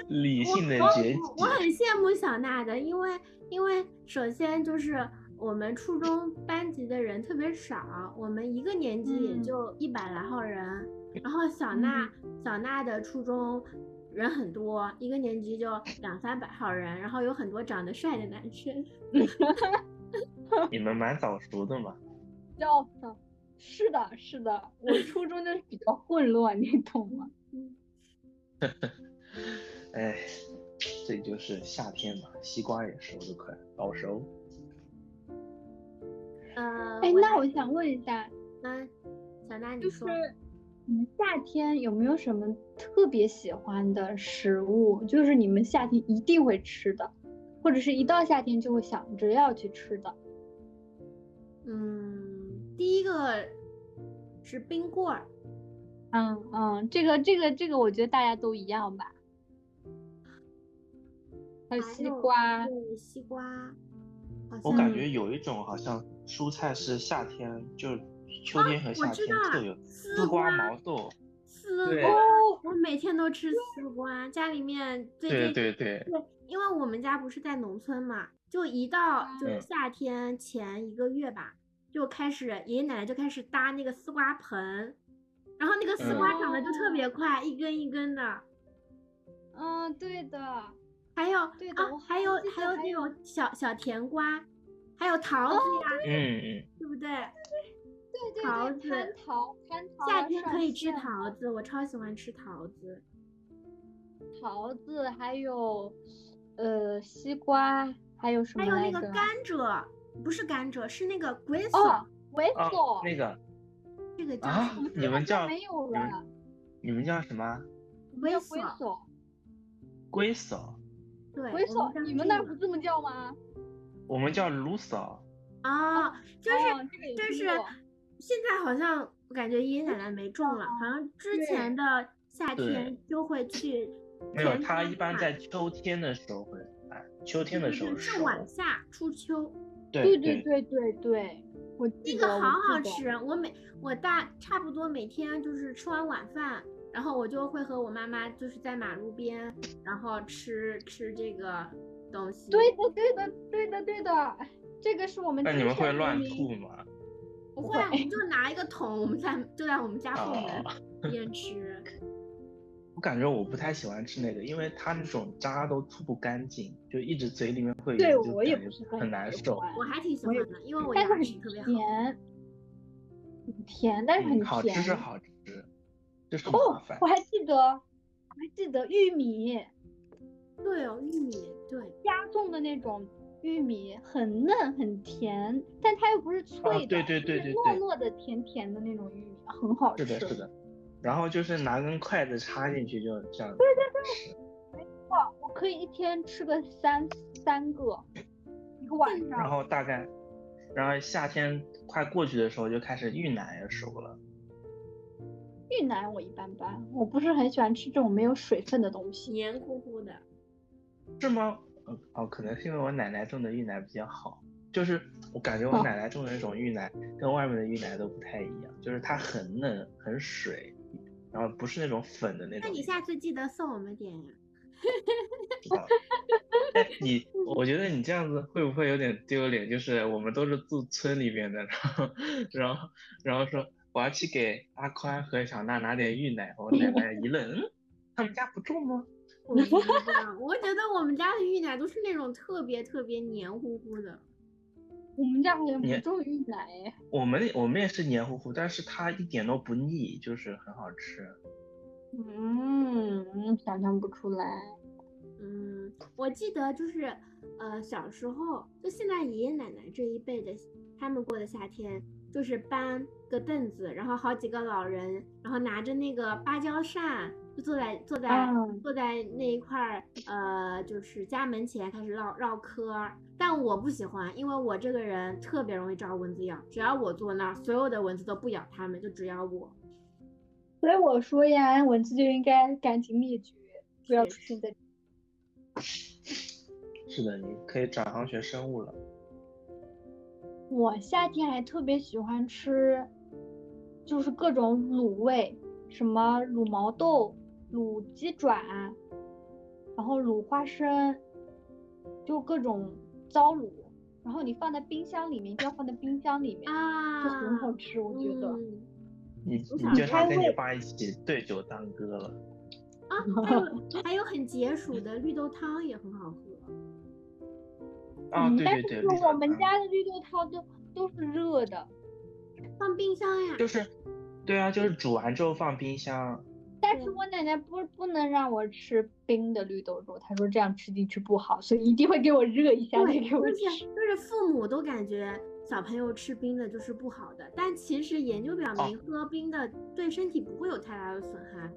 B: 理性的
C: 啊我
B: 决
C: 我我
B: 己，
C: 很羡慕小娜的，因为因为首先就是我们初中班级的人特别少，我们一个年级也
A: 嗯
C: 就一百来号人，然后小娜、小娜的初中。人很多，一个年级就两三百号人，然后有很多长得帅的男生。
B: 你们蛮早熟的嘛，
A: 叫的，是的，是的，我初中就是比较混乱，你懂 吗？
B: 哎，这就是夏天嘛，西瓜也熟得快，早熟。
C: 呃，
A: 哎，
C: 我
A: 那
C: 来
A: 我想问一下，
C: 嗯，小娜你
A: 就是
C: 说，
A: 你们夏天有没有什么特别喜欢的食物？就是你们夏天一定会吃的，或者是一到夏天就会想着要去吃的？
C: 嗯，第一个是冰棍儿，
A: 嗯嗯，这个这个这个，我觉得大家都一样吧。还有
C: 还
A: 西
C: 有
A: 瓜，
C: 对，西瓜，好像
B: 我感觉有一种好像蔬菜是夏天，就秋天和
C: 啊我
B: 夏
C: 知
B: 天
C: 道
B: 特
C: 了
B: 有，
C: 丝
B: 丝瓜
C: 瓜
B: 毛豆，
C: 丝
B: 对
C: 瓜，
A: 哦
C: 我每天都吃丝瓜。家里面最近
B: 对对对，
C: 对因为我们家不是在农村嘛，就一到就是
B: 嗯
C: 夏天前一个月吧，就开始爷爷奶奶就开始搭那个丝瓜盆，然后那个丝瓜长得就特别快，一根一根的。
A: 嗯，对的，
C: 还有啊
A: 对的我，
C: 还有
A: 记得
C: 还有
A: 还
C: 那
A: 有哦
C: 种小小甜瓜，还有桃子呀，
B: 嗯嗯。
C: 对不对？
A: 对对
C: 桃
A: 对，蟠
C: 子
A: 桃，蟠桃
C: 夏
A: 啊
C: 天
A: 上
C: 可以吃
A: 线
C: 桃子，我超喜欢吃桃子。
A: 桃子，还有呃西瓜，还有什么
C: 还有那
A: 嗯来
C: 个
A: 着？
C: 甘蔗，不是甘蔗，是那个 grape。
A: 哦，维
B: 啊
A: 索，，
B: 那个
C: 这个叫
B: 啊
C: 什么，
B: 你们叫
A: 没有
B: 你们
A: 了，
B: 你们叫什么？
A: 叫
C: 猥
A: 龟
C: 琐，
A: 索，
B: 龟嫂，
C: 对，
A: 龟
C: 我们
A: 索
C: 叫，
A: 你们
C: 这
A: 那儿
C: 个
A: 不这么叫吗？
B: 我们叫卢嫂。
C: 哦，就
A: 哦
C: 是
A: 这个也
C: 就
A: 听
C: 是
A: 过
C: 现在好像我感觉爷爷奶奶没种了，好像之
A: 对
C: 前的夏
B: 对
C: 天就会去
B: 没有，
C: 田
B: 它
C: 间
B: 一般
C: 看
B: 在秋天的时候会来，秋天的
C: 就
B: 时
C: 是
B: 候
C: 是
B: 熟
C: 晚夏初秋，
B: 对
A: 对对对对，我记得
C: 那个好好。
A: 我记得
C: 吃。啊我每我大差不多每天就是吃完晚饭，然后我就会和我妈妈就是在马路边，然后吃吃这个东西。
A: 对的，对的，对的，对的，这个是我们。
B: 那你们会乱？吐吗？
C: 不
A: 不
C: 会，啊我
A: 会
C: 们就拿一个桶，我们在就在我们家后门
B: 啊，
C: 边吃。
B: 我感觉我不太喜欢吃那个，因为它那种渣都吐不干净，就一直嘴里面会有，
A: 对，
B: 就
A: 我也
B: 感
A: 不
B: 觉
A: 是
B: 很难
A: 喜
B: 受。
A: 欢
C: 我还挺喜
A: 我
C: 欢
A: 也
C: 的，因为我
A: 但是
C: 牙
A: 很
C: 齿特别好。
A: 甜，很甜，但是很
B: 嗯，
A: 甜。
B: 好吃是好吃，就是麻
A: 哦
B: 烦，。
A: 我还记得，我还记得玉米
C: 对哦，玉米，对，
A: 加种的那种玉米，很嫩很甜，但它又不是脆的，
B: 啊对对对
A: 就是
B: 对
A: 糯
B: 对
A: 糯的甜甜的那种玉米，很好
B: 是
A: 吃。
B: 的，是的。然后就是拿根筷子插进去，就这样。对对
A: 哇，我可以一天吃个三三个，一个晚
B: 然
A: 上。
B: 后大概，然后夏天快过去的时候，就开始芋腩也熟了。
A: 越南我一般般，我不是很喜欢吃这种没有水分的东西。
C: 黏糊糊的。
B: 是吗？嗯，哦，可能是因为我奶奶种的芋腩比较好，就是我感觉我
A: 哦
B: 奶奶种的那种芋腩跟外面的芋腩都不太一样，就是它很嫩很水，然后不是那种粉的那
C: 那
B: 种。
C: 你下次记得送我们 点呀。
B: 知道了？哎，你，
C: 嗯
B: 我觉得你这样子会不会有点丢脸？就是我们都是住村里边的，然后，然后，然后说我要去给阿宽和小娜拿点芋奶，我奶奶一愣，嗯，他们家不种吗？
C: 我不知道，我觉得我们家的芋奶都是那种特别特别黏糊糊的。
A: 我们家好像不
B: 你
A: 种芋南哎，
B: 我们我们也是黏糊糊，但是它一点都不腻，就是很好吃。
A: 嗯，想象不出来。
C: 嗯，我记得就是，呃，小时候就现在爷爷奶奶这一辈的，他们过的夏天就是搬个凳子，然后好几个老人，然后拿着那个芭蕉扇，就坐在坐在、
A: 嗯
C: 坐在那一块儿，呃，就是家门前开始唠唠嗑儿。但我不喜欢，因为我这个人特别容易招蚊子咬，只要我坐那儿，所有的蚊子都不咬它们，就只咬我。
A: 所以我说呀，文字就应该赶尽灭绝，不要出现在。
B: 是的，你可以转行学生物了。
A: 我夏天还特别喜欢吃，就是各种卤味，什么卤毛豆、卤鸡爪，然后卤花生，就各种糟卤。然后你放在冰箱里面，一定要放在冰箱里面，
C: 啊，
A: 就很好吃，我觉得。
C: 嗯
B: 你
C: 我
B: 你
C: 想
B: 就
A: 开
B: 想跟你
A: 胃
B: 爸一起对酒当歌了。
C: 啊，还 有还有很解暑的绿豆汤也很好喝。
B: 啊，
A: 嗯
B: 对
A: 但
B: 对
A: 是
B: 对，
A: 就
B: 绿
A: 我
B: 豆
A: 们
B: 汤
A: 家的绿豆汤都都是热的，
C: 放冰箱呀，
B: 就是，对啊，就是煮完之后放冰箱。
A: 但是我奶奶不不能让我吃冰的绿豆粥，她说这样吃进去不好，所以一定会给我热一下再
C: 对，
A: 给我
C: 就是
A: 吃。
C: 就是父母都感觉小朋友吃冰的就是不好的，但其实研究
B: 哦
C: 表明，喝冰的对身体不会有太大的损害。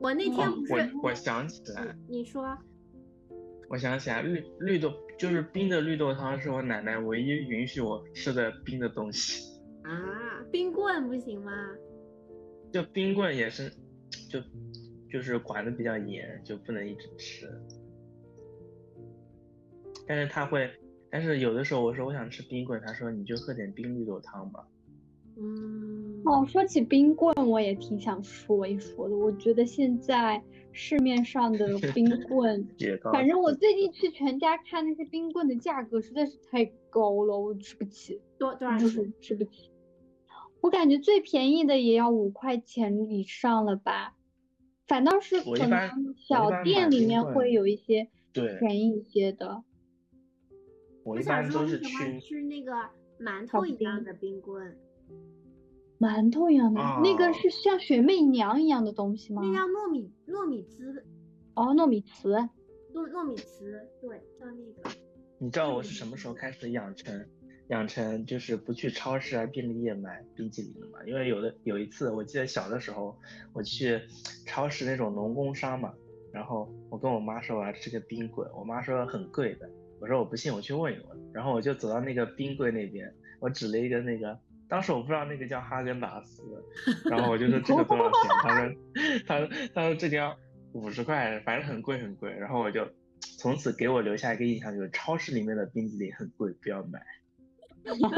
C: 我那天
B: 哦
C: 不，是，
B: 我我想起来，
C: 嗯你说
B: 我想起来，绿绿豆就是冰的绿豆汤，是我奶奶唯一允许我吃的冰的东西。
C: 啊，冰棍不行吗？
B: 就冰棍也是，就就是管的比较严，就不能一直吃。但是他会，但是有的时候我说我想吃冰棍，他说你就喝点冰绿豆汤吧。
C: 嗯，
A: 哦，说起冰棍，我也挺想说一说的。我觉得现在市面上 的冰棍，
B: 雪糕，
A: 反正我最近去全家看那些冰棍的价格实在是太高了，我吃不起，
C: 多多少
A: 就
C: 钱？
A: 是吃不起。我感觉最便宜的也要五块钱以上了吧，反倒是
B: 我一
A: 可
B: 般
A: 能
B: 我一
A: 小
B: 般
A: 店
B: 买
A: 里
B: 冰
A: 面
B: 棍
A: 会有一些
B: 对
A: 便宜一些的。
B: 我
C: 我
B: 一
C: 小
B: 般
C: 时
B: 都
C: 候
B: 是
C: 喜欢
B: 去
C: 吃那个馒
A: 小
C: 头一样
A: 冰
C: 的冰棍，
A: 馒头一样的，那
B: 哦
A: 个是像雪媚娘一样的东西吗？
C: 那叫糯米糯米糍，
A: 哦，糯米糍。
C: 糯糯米糍，对，叫那个。
B: 你知道我是什么时候开始养成养成就是不去超市啊便利店买冰淇淋的嘛？因为有的有一次，我记得小的时候，我去超市那种农工商嘛，然后我跟我妈说我要吃个冰棍，我妈说很贵的，我说我不信，我去问一问。然后我就走到那个冰柜那边，我指了一个那个，当时我不知道那个叫哈根达斯，然后我就说这个多少钱？他说他说他说这个要五十块，反正很贵很贵。然后我就从此给我留下一个印象，就是超市里面的冰激凌很贵，不要买。
C: 对
A: 你
C: 的，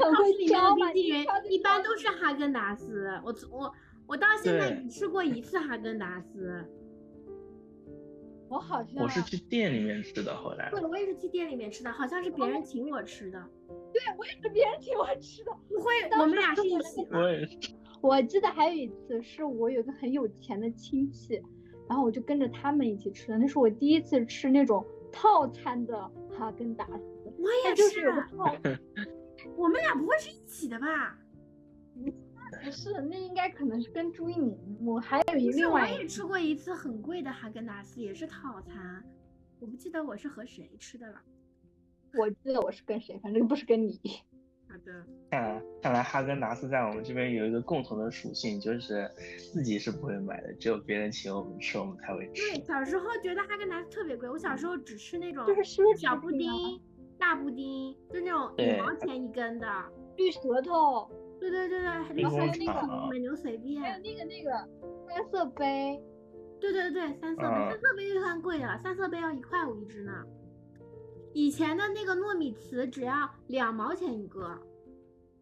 A: 很会
C: 超市里面的
A: 挑嘛
C: 冰激
A: 你
C: 凌
A: 挑这
C: 一般
A: 个
C: 都是哈根达斯。我从我我到现在
B: 对
C: 只吃过一次哈根达斯。
A: 我好像啊
B: 我是去店里面吃的，后来
C: 对，我也是去店里面吃的，好像是别人请我吃的。
A: 是别人请我吃的。
C: 不会，
A: 当
C: 我们
A: 时
C: 俩
A: 是
C: 是一
A: 我
C: 起吧？
B: 我也是
A: 我记得还有一次是我有一个很有钱的亲戚，然后我就跟着他们一起吃的，那是我第一次吃那种套餐的哈根达斯，
C: 我
A: 它
C: 也，
A: 就是是有个套，
C: 我们俩不会是一起的吧？
A: 不是那应该可能是跟朱一宁，我还有一
C: 不是，
A: 另
C: 我
A: 外一
C: 也吃过一次很贵的哈根达斯，也是套餐。我不记得我是和谁吃的了。
A: 我记得我是跟谁，反正不是 跟你。
C: 好的，
B: 看来看来哈根达斯在我们这边有一个共同的属性，就是自己是不会买的，只有别人请我们吃，我们才会吃。
C: 对，小时候觉得哈根达斯特别贵，我小时候只吃那种
A: 就是奢侈
C: 小布
A: 品
C: 丁
A: 啊、
C: 大布丁，就那种五
B: 对
C: 毛钱一根的。
A: 绿舌头，
C: 对对对对，
B: 冰
C: 然后还
B: 工
C: 有那个
B: 厂
C: 美牛随
A: 还有
C: 便，
A: 那个那个三色杯，
C: 对对对，三色杯，
B: 啊
C: 三色杯就算贵了，三色杯要一块五一只呢。以前的那个糯米糍只要两毛钱一个，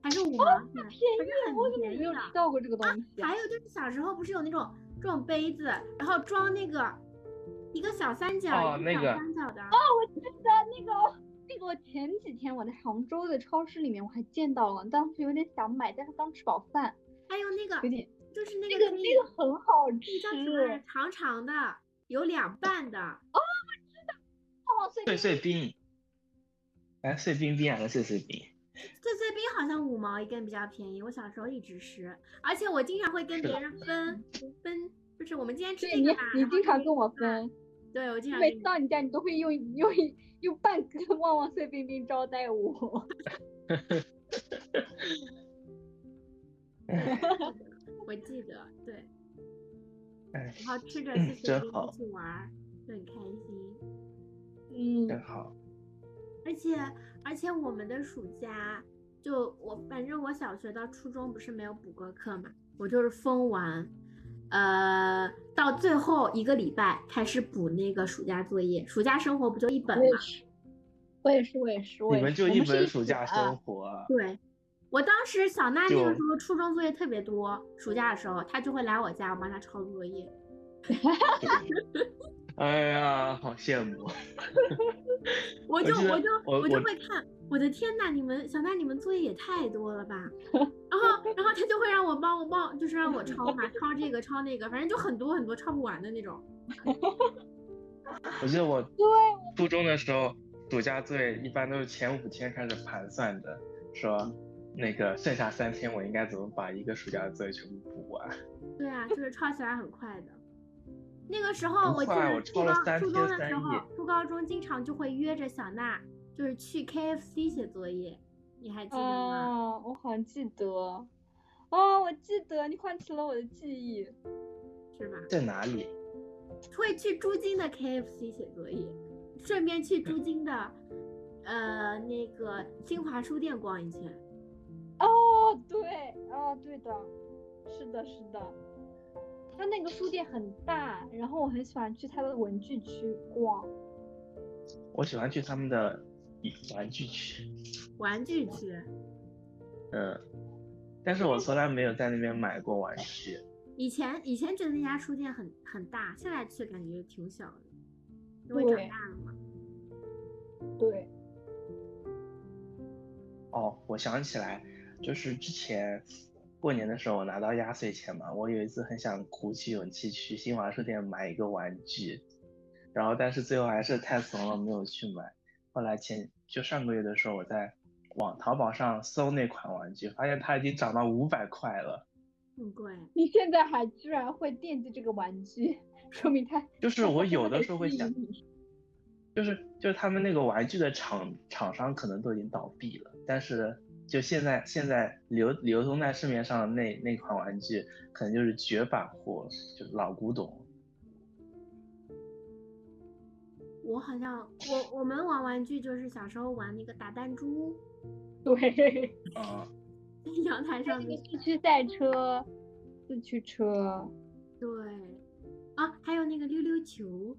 C: 还是五毛钱，嗯反
A: 哦便宜啊我怎么
C: 正很便宜
A: 没有吃
C: 的。
A: 到过这个东西？
C: 还有就是小时候不是有那种这种杯子，然后装那个一个小三角，
B: 哦
C: 一
B: 那
C: 小
B: 个
C: 三角的，
A: 记得啊那个那个，我前几天我在杭州的超市里面我还见到了，当时有点想买，但是刚吃饱饭，
C: 还有那个
A: 有点
C: 就是那
A: 那
C: 个
A: 个
C: 可以
A: 那个很好
C: 那个叫什么来着
A: 吃，
C: 长长的，有两半的，
A: 泡泡碎
B: 碎
A: 冰
C: 啊
B: 碎冰，哎，碎冰冰还是碎碎冰？
C: 碎碎冰好好像五毛一根比较便宜，我小时候一直吃，而且我经常会跟
B: 是的
C: 别人分分，就是我们今天吃
A: 对
C: 这
A: 你
C: 个啊嗯吧，
A: 你
C: 然后
A: 经常
C: 这
A: 跟我
C: 个吧，
A: 分，
C: 对我经常
A: 每
C: 跟
A: 次
C: 你
A: 到你家，你都会用用一用半根旺旺碎冰冰招待 我。
C: 我记得对，
B: 哎，
C: 然后吃着四
B: 真
C: 十冰
B: 好
C: 一起玩儿，就很开心。
B: 真
A: 嗯，
B: 好，
C: 而且而且我们的暑假，就我反正我小学到初中不是没有补过课嘛，我就是疯玩，呃，到最后一个礼拜开始补那个暑假作业，暑假生活不就一本
A: 我也
C: 嘛？
A: 是，我也是，我也是，我
B: 你
A: 也
B: 们
A: 是。
B: 就
A: 我
B: 一
A: 们是
B: 本
A: 一
B: 暑假
A: 本
B: 生活啊，
C: 对。我当时小娜那个
B: 就
C: 时候初中作业特别多，暑假的时候她就会来我家，我帮她抄作业。
B: 对哎呀，好羡慕。
C: 我就
B: 记得
C: 我就
B: 我
C: 就
B: 我
C: 会看，我的天呐，你们小娜你们作业也太多了吧？ 然后然后他就会让我帮我帮，就是让我抄嘛，抄这个抄那个，反正就很多很多抄不完的那种。
B: 我记得我
A: 对，啊
B: 初中的时候，暑假作业一般都是前五天开始盘算的，说那个剩下三天我应该怎么把一个暑假作业全部补完。
C: 对啊，就是抄起来很快的。那个时
B: 很
C: 候我记
B: 快啊我
C: 得
B: 抄
C: 初
B: 了
C: 高
B: 三
C: 初
B: 天
C: 中的
B: 三
C: 时
B: 夜
C: 候，初高中经常就会约着小娜，就是去 KFC 写作业，你还记得吗？
A: 啊，我好像记得，哦，我记得，你唤起了我的记忆。
C: 是吧？
B: 在哪里？
C: 会去朱金的 KFC 写作业，顺便去朱金的，呃，那个新华书店逛一圈。
A: 哦，对，哦，对的，是的，是的。它那个书店很大，然后我很喜欢去它的文具区逛。
B: 我喜欢去他们的玩具区，
C: 玩具区。
B: 嗯，但是我从来没有在那边买过玩具。
C: 以前以前觉得那家书店很很大，现在去感觉挺小的，因为
A: 对
C: 长大了嘛。
A: 对，
B: 哦，我想起来，就是之前过年的时候，我拿到压岁钱嘛，我有一次很想鼓起勇气去新华书店买一个玩具，然后但是最后还是太怂了，没有去买。后来前就上个月的时候，我在网淘宝上搜那款玩具，发现它已经涨到五百块了。
C: 很贵，
A: 你现在还居然会惦记这个玩具，说明它
B: 就是
A: 它
B: 我
A: 真
B: 有的
A: 很
B: 时候会
A: 吸引
B: 想
A: 你
B: 就是就是他们那个玩具的厂厂商可能都已经倒闭了，但是就现在现在流流通在市面上的那那款玩具，可能就是绝版货，就是老古董。
C: 我好像我我们玩玩具就是小时候玩那个打弹珠，
A: 对，
B: 啊、
C: 阳台
A: 它
C: 上
A: 那
C: 面
A: 个四驱赛车、四驱车，
C: 对，啊，还有那个溜溜球，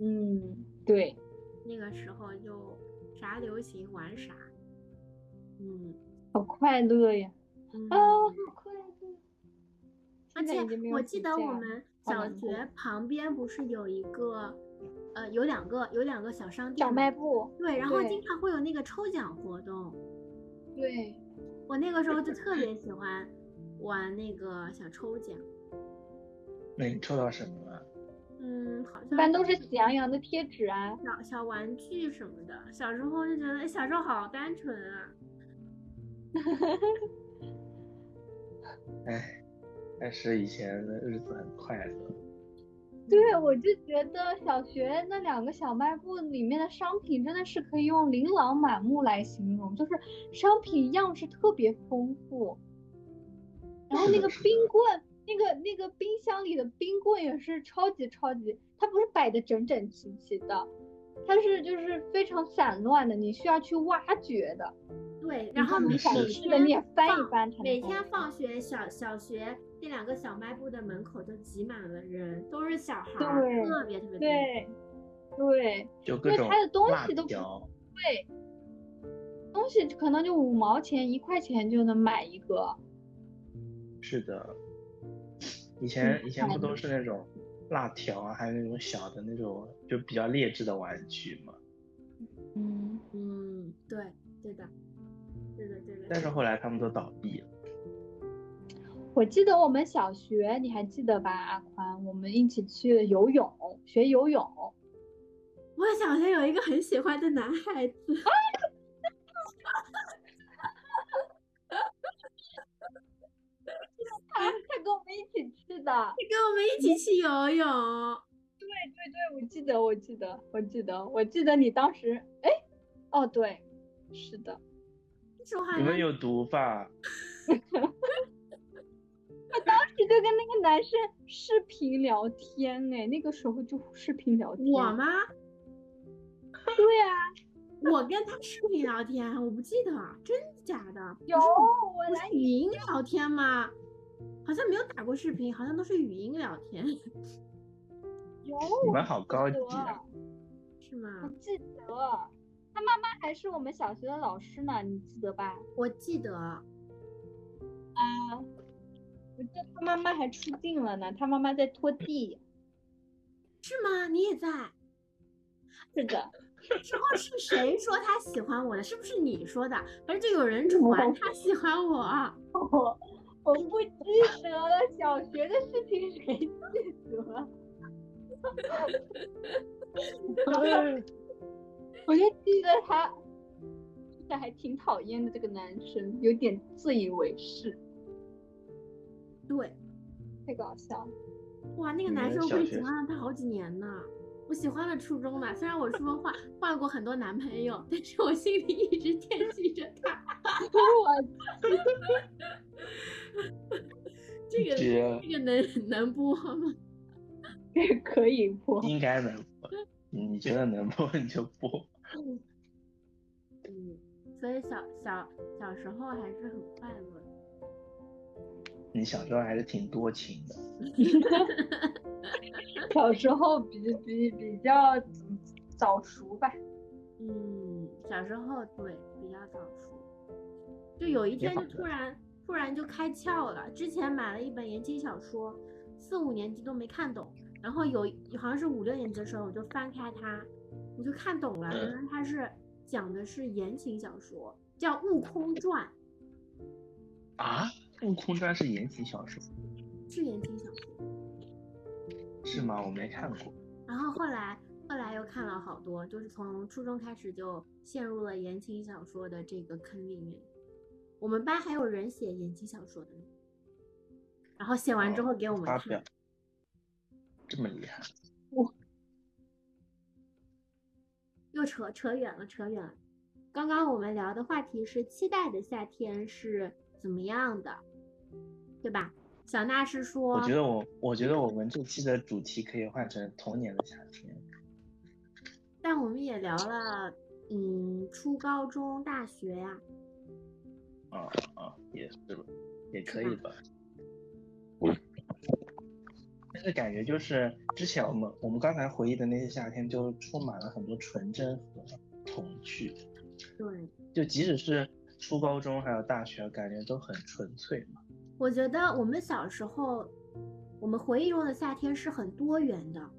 A: 嗯，对，
C: 那个时候就啥流行玩啥，嗯
A: 好快乐呀！
C: 嗯
A: 啊，好快乐！
C: 而
A: 现在
C: 且
A: 已经没有
C: 我
A: 暑
C: 记得我
A: 假了
C: 们
A: 好
C: 小
A: 难过
C: 学旁边不是有一个，呃，有两个有两个小商店
A: 小
C: 吗
A: 卖部，
C: 对，然后
A: 对
C: 经常会有那个抽奖活动，
A: 对，
C: 我那个时候就特别喜欢玩那个小抽奖，
B: 那你抽到什么了？
C: 嗯，好像
A: 一般都是喜羊羊的贴纸啊。
C: 小小玩具什么的。小时候就觉得哎小时候好单纯啊，
B: 哎，但是以前的日子很快乐。
A: 对，我就觉得小学那两个小卖部里面的商品真的是可以用琳琅满目来形容，就是商品样式特别丰富。然后
B: 是
A: 那
B: 的
A: 个
B: 是的
A: 冰棍，那个那个冰箱里的冰棍也是超级超级，它不是摆的整整齐齐的，它是就是非常散乱的，你需要去挖掘的。
C: 对，
A: 你
C: 然后
A: 就
C: 每
A: 是想
C: 每
A: 吃的你也
C: 天
A: 翻一
C: 放
A: 翻才能
C: 每
A: 够
C: 天放学小小学那两个小卖部的门口就挤满了人，都是小孩儿，
A: 对
C: 特别特别多。
A: 对，对。
B: 就各
A: 因为
B: 种
A: 它的东
B: 辣
A: 西都不
B: 条，
A: 对，东西可能就五毛钱、一块钱就能买一个。
B: 是的。以前以前不
A: 快乐
B: 都是那种辣条啊，还有那种小的那种就比较劣质的玩具嘛。
A: 嗯，
C: 嗯，对，对的，对的，对的。
B: 但是后来他们都倒闭了。
A: 我记得我们小学，你还记得吧，阿宽？我们一起去游泳，学游泳。
C: 我小学有一个很喜欢的男孩子，
A: 的，
C: 你跟我们一起去游泳。
A: 对对，我记得，我记得，我记得，我记得你当时，哎，哦对，是的，
C: 那时候好
B: 你们
C: 像
B: 有毒吧？
A: 你就跟那个男生视频聊天哎，那个时候就视频聊天。
C: 我吗？
A: 对啊，
C: 我跟他视频聊天，我不记得，真的假的？
A: 有我
C: 不是
A: 来
C: 语音聊天吗？好像没有打过视频，好像都是语音聊天，
A: 有，
B: 你
A: 我
B: 们好高级啊！
C: 是
A: 我
C: 吗？
A: 记得，他妈妈还是我们小学的老师呢，你记得吧？
C: 我记得，
A: 我记得他妈妈还出镜了呢，他妈妈在拖地。
C: 是吗？你也在？
A: 是的，
C: 之后是谁说他喜欢我的？是不是你说的？反正就有人 传他喜欢我。
A: 我我不记得了，小学的事情谁记得？ 我就记得他，这还挺讨厌的这个男生，有点自以为是，
C: 对，
A: 太搞笑了。
C: 哇，那个
B: 你
C: 男
B: 们
C: 生我
B: 小
C: 会
B: 学
C: 喜欢了他好几年呢。我喜欢了初中的，虽然我初中换换过很多男朋友，但是我心里一直惦记着他。
A: 我
C: 这个
B: 绝
C: 这个能能播吗？
A: 这可以播，
B: 应该能播，你觉得能播你就播。
C: 嗯，所以小小小时候还是很快乐的。
B: 你小时候还是挺多情的，
A: 小时候比比比较早熟吧。
C: 嗯，小时候对比较早熟，就有一
B: 也
C: 天
B: 好
C: 就突然突然就开窍了。之前买了一本言情小说，四五年级都没看懂，然后有好像是五六年级的时候，我就翻开它，我就看懂了，原来它是讲的是言情小说，叫《悟空传
B: 啊，《悟空传》是言情小说
C: 是言情小说。
B: 是吗？我没看过。
C: 然后后来后来又看了好多，就是从初中开始就陷入了言情小说的这个坑里面。我们班还有人写言情小说的呢，然后写完之后给我们
B: 哦发
C: 看
B: 表，这么厉害，
C: 又扯扯远了，扯远了。刚刚我们聊的话题是期待的夏天是怎么样的，对吧？小娜是说
B: 我，觉得我我
C: 嗯
B: 觉得我们这期的主题可以换成童年的夏天。
C: 但我们也聊了，嗯，初高中、大学呀、
B: 啊啊，也是吧，也可
C: 是
B: 以吧。
C: 嗯
B: 但是感觉就是之前我们我们刚才回忆的那些夏天，就充满了很多纯真和童趣。
C: 对，
B: 就即使是初高中还有大学，感觉都很纯粹嘛。
C: 我觉得我们小时候，我们回忆中的夏天是很多元的，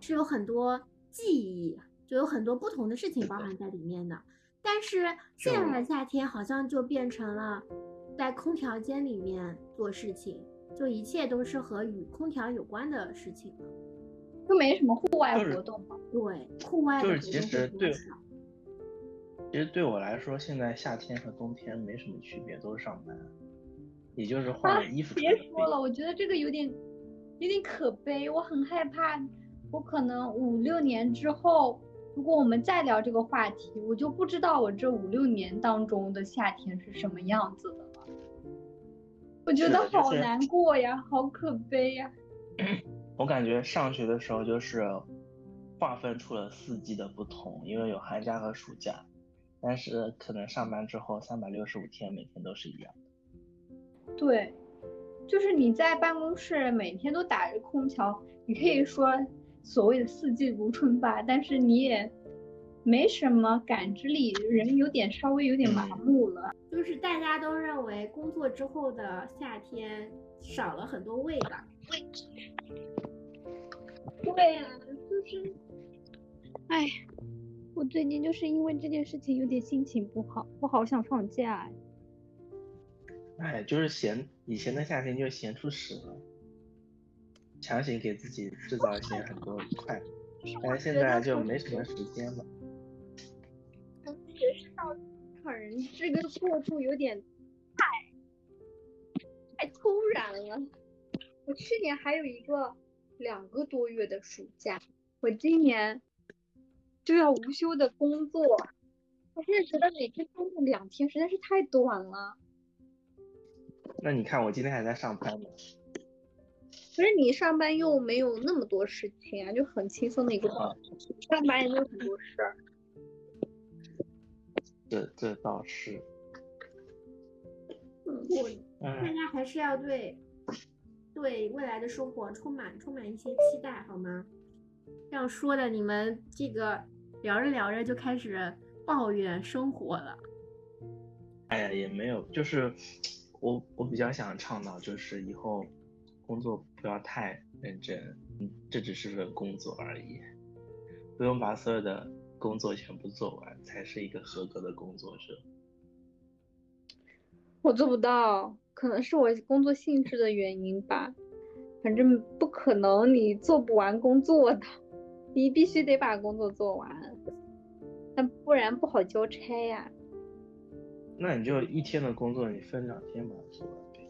C: 是有很多记忆，就有很多不同的事情包含在里面的。但是现在的夏天好像就变成了在空调间里面做事情，就一切都是和与空调有关的事情了。
A: 就没什么户外
B: 就是
A: 活动嘛。
C: 对，户外的
B: 就是其
C: 活动会
B: 实
C: 比较
B: 对
C: 少。
B: 其实对我来说，现在夏天和冬天没什么区别，都是上班，也就是换
A: 啊
B: 了衣服穿
A: 别
B: 而已
A: 说了，我觉得这个有点有点可悲，我很害怕，我可能五六年之后，如果我们再聊这个话题，我就不知道我这五六年当中的夏天是什么样子的了。我觉
B: 是
A: 得
B: 的就
A: 好
B: 是
A: 难过呀，好可悲呀。
B: 我感觉上学的时候就是划分出了四季的不同，因为有寒假和暑假，但是可能上班之后三百六十五天每天都是一样的。
A: 对，就是你在办公室每天都打着空调，你可以说所谓的四季如春吧，但是你也没什么感知力，人有点稍微有点 麻木了。
C: 就是大家都认为工作之后的夏天少了很多味道。
A: 对呀、就是
D: 啊哎，我最近就是因为这件事情有点心情不好，我好想放假哎。
B: 哎，就是嫌以前的夏天就闲出屎了，强行给自己制造一些很多不快乐，但是现在就没什么时间了。
D: 让人这个过度有点太太突然了。
A: 我去年还有一个两个多月的暑假，我今年就要无休的工作，我现在觉得每天工作两天实在是太短了。
B: 那你看，我今天还在上班呢。
A: 可是你上班又没有那么多事情啊，就很轻松的一个状态。
B: 嗯
A: 上班也没有很多事儿，
B: 这这倒是，
A: 嗯，
C: 大
B: 哎，
C: 家还是要对对未来的生活充满充满一些期待，好吗？这样说的，你们这个聊着聊着就开始抱怨生活了。
B: 哎呀，也没有，就是我我比较想倡导，就是以后工作不要太认真，嗯，这只是份工作而已，不用把所有的工作全部做完，才是一个合格的工作者。
A: 我做不到，可能是我工作性质的原因吧。反正不可能你做不完工作的，你必须得把工作做完，那不然不好交差呀、
B: 那你就一天的工作，你分两天把它做完呗。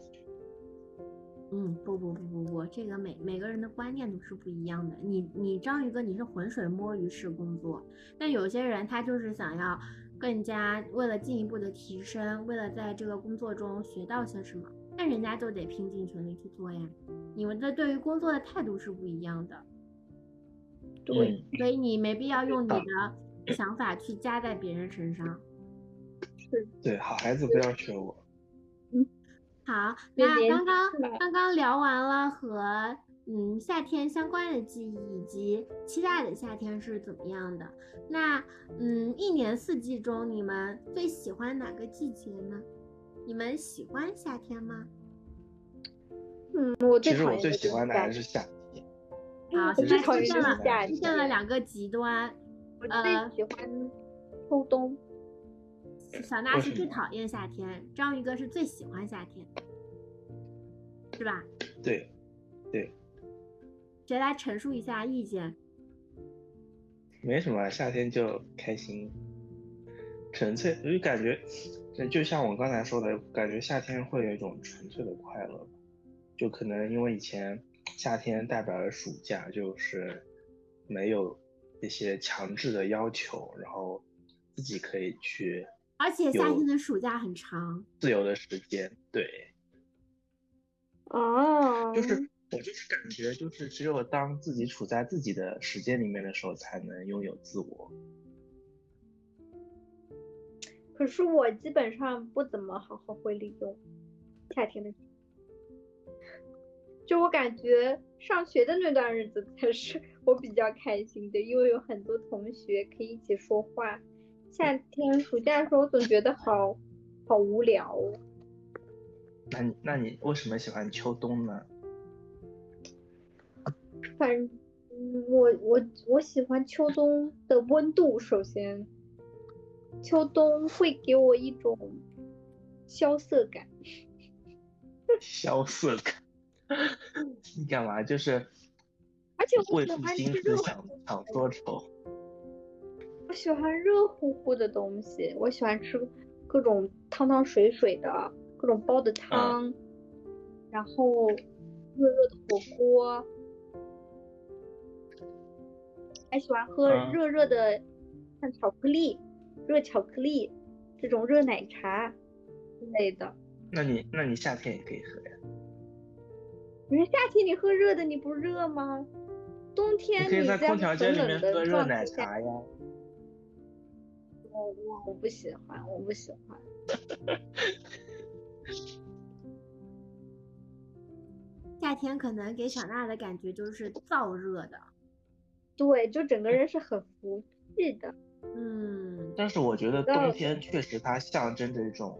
C: 嗯，不不不不不，这个每每个人的观念都是不一样的。你你章鱼哥你是浑水摸鱼式工作，但有些人他就是想要更加为了进一步的提升，为了在这个工作中学到些什么，那人家就得拼尽全力去做呀。你们的对于工作的态度是不一样的，
B: 对，
C: 所以你没必要用你的想法去加在别人身上。
B: 对，好孩子不要学我。
C: 好，
A: 对
C: 那
A: 联系
C: 刚刚
A: 起来
C: 刚刚聊完了和嗯夏天相关的记忆以及期待的夏天是怎么样的。那嗯，一年四季中你们最喜欢哪个季节呢？你们喜欢夏天吗？
A: 嗯，我
B: 其
A: 最
B: 实
A: 讨
B: 我
A: 厌
B: 最
A: 的
B: 喜
A: 就是
B: 欢的
A: 夏
B: 还
A: 天
B: 是夏天。
C: 好，
A: 嗯我
C: 现
A: 最
C: 在
A: 讨
C: 出
A: 厌
C: 现
A: 就是
C: 了
A: 夏
C: 出
A: 天，
C: 现了两个极端，
A: 我
C: 呃
A: 最喜欢秋冬。
C: 小娜
B: 为
C: 是
B: 什
C: 最
B: 么
C: 讨厌夏天，章鱼哥是最喜欢夏天，是吧？
B: 对，
C: 谁来陈述一下意见？
B: 没什么，啊夏天就开心，纯粹就感觉，就像我刚才说的，感觉夏天会有一种纯粹的快乐，就可能因为以前夏天代表了暑假，就是没有一些强制的要求，然后自己可以去
C: 而且夏
B: 有
C: 天的暑假很长，
B: 自由的时间，对，
A: 哦，
B: 就是我就是感觉，就是只有当自己处在自己的时间里面的时候，才能拥有自我。
A: 可是我基本上不怎么好好会利用夏天的时间，就我感觉上学的那段日子才是 我比较开心的，因为有很多同学可以一起说话。夏天暑假的时候，我总觉得好好无聊哦。
B: 那你那你为什么喜欢秋冬呢？
A: 反正嗯我我我喜欢秋冬的温度，首先，秋冬会给我一种萧瑟感。
B: 萧瑟感。你干嘛？就是
A: 而且我
B: 为
A: 喜
B: 赋
A: 欢
B: 新
A: 吃
B: 词
A: 肉
B: 强强说愁。
A: 我喜欢热乎乎的东西，我喜欢吃各种汤汤水水的，各种煲的
B: 啊
A: 汤，然后热热的火锅，还喜欢喝
B: 嗯
A: 热热的像巧克力、热巧克力这种热奶茶之类的。
B: 那你那你夏天也可以喝呀，
A: 你说夏天你喝热的你不热吗？冬天
B: 你可以在
A: 在
B: 空调间
A: 很冷
B: 里面
A: 的
B: 喝热
A: 状态
B: 奶
A: 下
B: 茶呀。
A: 我我我不喜欢，我不喜欢。
C: 夏天可能给小娜的感觉就是燥热的，
A: 对，就整个人是很服气的。
C: 嗯，
B: 但是我觉得
A: 那
B: 冬天确实它象征着一种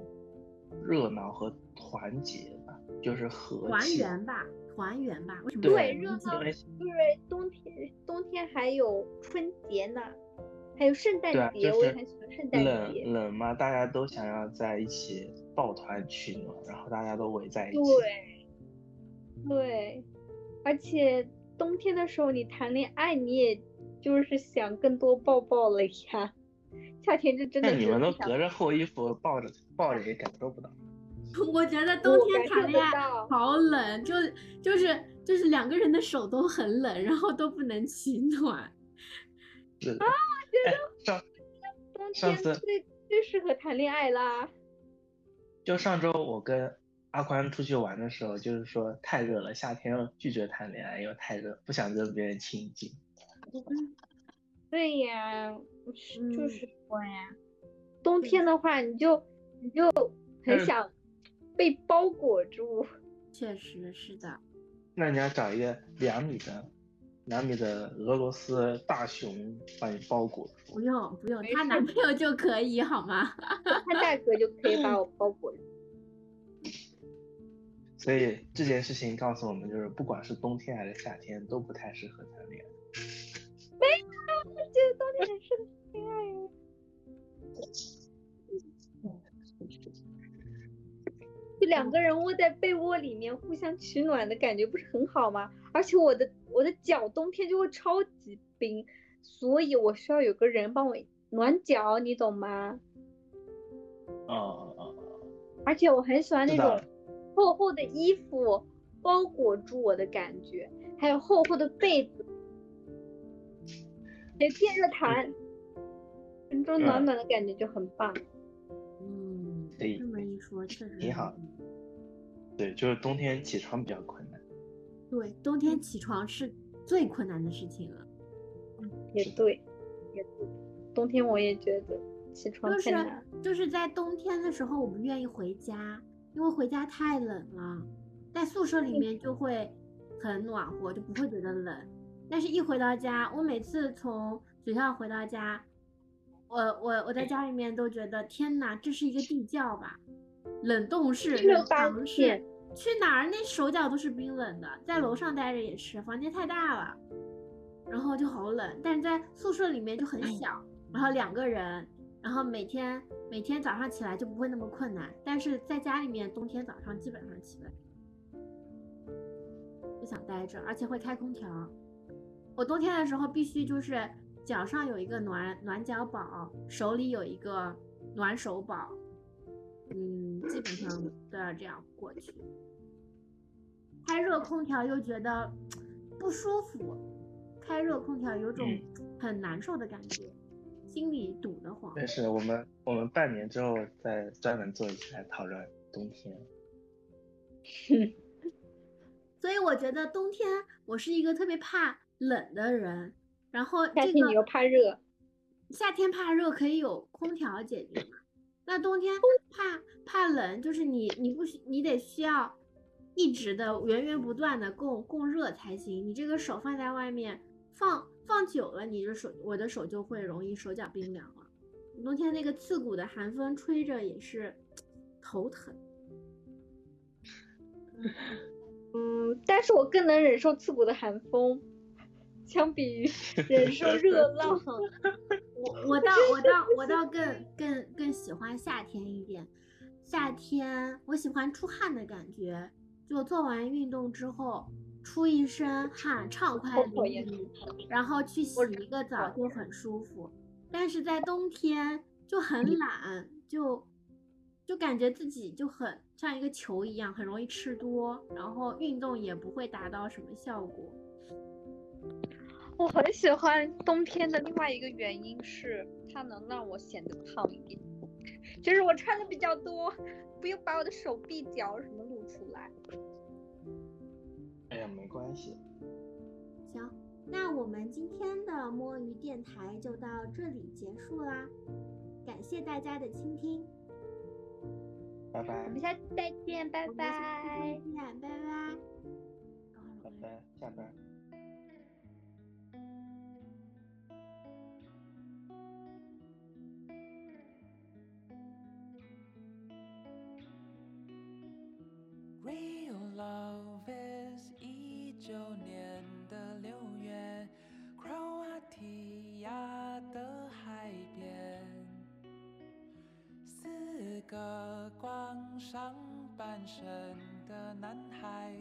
B: 热闹和团结吧，就是和
C: 团
B: 气。
C: 圆吧，团圆吧，为什么
B: 对
C: 团
A: 对
C: 圆
A: 热
C: 节
A: 闹
B: 因为
A: 因为冬天冬天还有春节呢，还有圣诞
B: 对啊，
A: 节，
B: 就
A: 我也
B: 是
A: 很喜欢圣诞节。
B: 冷冷嘛，大家都想要在一起抱团取暖，然后大家都围在一起。
A: 对，对，而且冬天的时候你谈恋爱，你也就是想更多抱抱了呀。夏天就真的
B: 但你
A: 是
B: 们
A: 不
B: 都
A: 想
B: 隔着厚衣服抱着抱着也感受不到。
C: 我觉得冬
E: 我
C: 天
E: 感
C: 谈
E: 受
C: 恋
E: 得
C: 爱
E: 到
C: 好冷，就就是就是两个人的手都很冷，然后都不能取暖。
B: 是的。哎，上
A: 冬
B: 上
A: 天
B: 次
A: 最最适合谈恋爱啦。
B: 就上周我跟阿宽出去玩的时候，就是说太热了，夏天要拒绝谈恋爱，因为太热，不想跟别人亲近。
A: 对呀，是就
C: 嗯
A: 是说呀，冬天的话你就你就很
B: 嗯
A: 想被包裹住。
C: 确实是的，
B: 那你要找一个两米的、两米的俄罗斯大熊把你包裹住。
C: 不用不用，
A: 没
C: 她
A: 事
C: 男朋友就可以好吗？
A: 他大哥就可以把我包裹住。
B: 所以这件事情告诉我们，就是不管是冬天还是夏天，都不太适合谈恋爱。
A: 我觉得冬天很适合恋爱哦呀。就两个人窝在被窝里面互相取暖的感觉不是很好吗？而且我的我的脚冬天就会超级冰，所以我需要有个人帮我暖脚，你懂吗？
B: 哦哦哦，
A: 而且我很喜欢那
B: 知道
A: 种厚厚的衣服包裹住我的感觉，还有厚厚的被子，还有电热毯，这种暖
B: 嗯
A: 暖的感觉就很棒。
C: 嗯，
B: 可以
C: 这么一说确实
B: 挺好
C: 很冷
B: 对，就是冬天起床比较困难。
C: 对，冬天起床是最困难的事情了。
A: 也
B: 是的
A: 对，也对。冬天我也觉得起床
C: 就
A: 太
C: 是
A: 难。
C: 就是在冬天的时候，我们愿意回家，因为回家太冷了，在宿舍里面就会很暖和，就不会觉得冷。但是一回到家，我每次从学校回到家，我我我在家里面都觉得天哪，这是一个地窖吧，冷冻室、
A: 这
C: 冷
A: 个发
C: 藏室
A: 现，
C: 去哪儿那手脚都是冰冷的。在楼上待着也是，房间太大了，然后就好冷。但是在宿舍里面就很小，然后两个人，然后每天每天早上起来就不会那么困难，但是在家里面冬天早上基本上起不来，不想待着，而且会开空调。我冬天的时候必须就是脚上有一个暖暖脚宝，手里有一个暖手宝，嗯，基本上都要这样过去。开热空调又觉得不舒服，开热空调有种很难受的感觉，心里堵得慌。
B: 但是我们我们半年之后再专门做一期来讨论冬天。
C: 所以我觉得冬天我是一个特别怕冷的人，然后
A: 夏
C: 这
A: 天
C: 个
A: 你又怕热，
C: 夏天怕热可以有空调解决嘛？那冬天怕怕冷，就是你你不需你得需要一直的源源不断的供供热才行。你这个手放在外面放放久了，你的手我的手就会容易手脚冰凉了。冬天那个刺骨的寒风吹着也是头疼。
A: 嗯，但是我更能忍受刺骨的寒风，相比 于忍受热浪。
C: 我我倒我倒我倒更更更喜欢夏天一点，夏天我喜欢出汗的感觉，就做完运动之后出一身汗，畅快
A: 好讨
C: 淋
A: 厌
C: 漓，然后去洗一个澡就很舒服。但是在冬天就很懒，就就感觉自己就很像一个球一样，很容易吃多，然后运动也不会达到什么效果。
A: 我很喜欢冬天的另外一个原因是，它能让我显得胖一点，就是我穿的比较多，不用把我的手臂、脚什么露出来。
B: 哎呀，没关系，
C: 行，那我们今天的摸鱼电台就到这里结束啦，感谢大家的倾听，
B: 拜拜
A: 我们下次再见，拜
C: 我们下次再
A: 拜。
C: 见，拜拜。
B: 拜拜，下班。
F: Real Love is 一九年的六月，克罗地亚的海边，四个光上半身的男孩，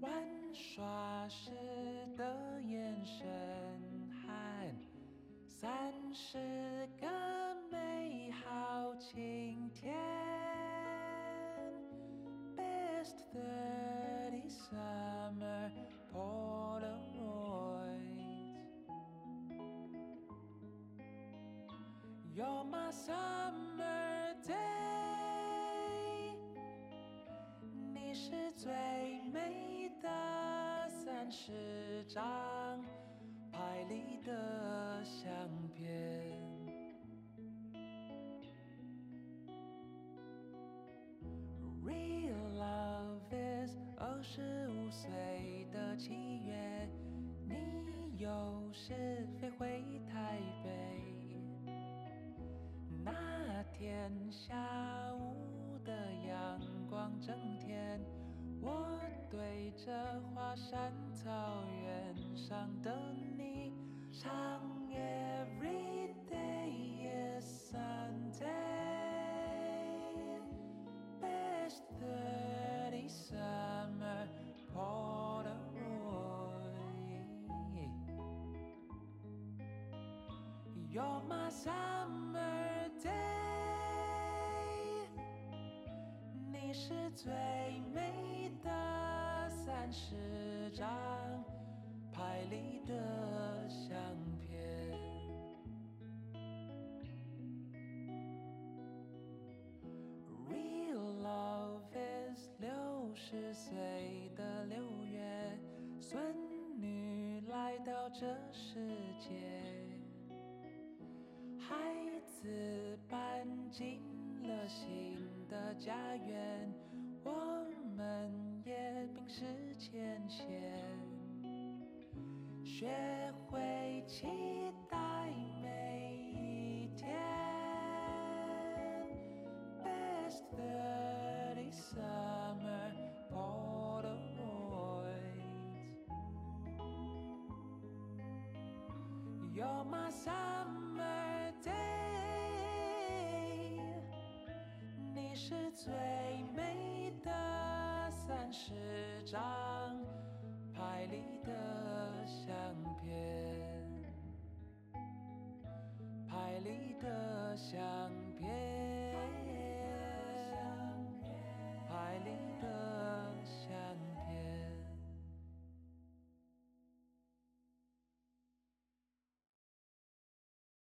F: 玩耍时的眼神和三十个美好晴天。 last 30 summer Polaroids. You're my summer day，你是最美的三十张拍立的相片。Real love is 二十五岁的七月，你有事飞回台北。那天下午的阳光正甜，我对着华山草原上的你唱 Every day is Sunday。Best thirty summer Polaroid. You're my summer day，你是最美的三十张拍立的相片。Real love is 六十岁的六月，孙女来到这世界。孩子搬进了新的家园，我们也冰释前嫌，学会期待每一天。Best thirty summer Polaroids. You're my summer day，你是最美的三十张拍立的相片，拍立的相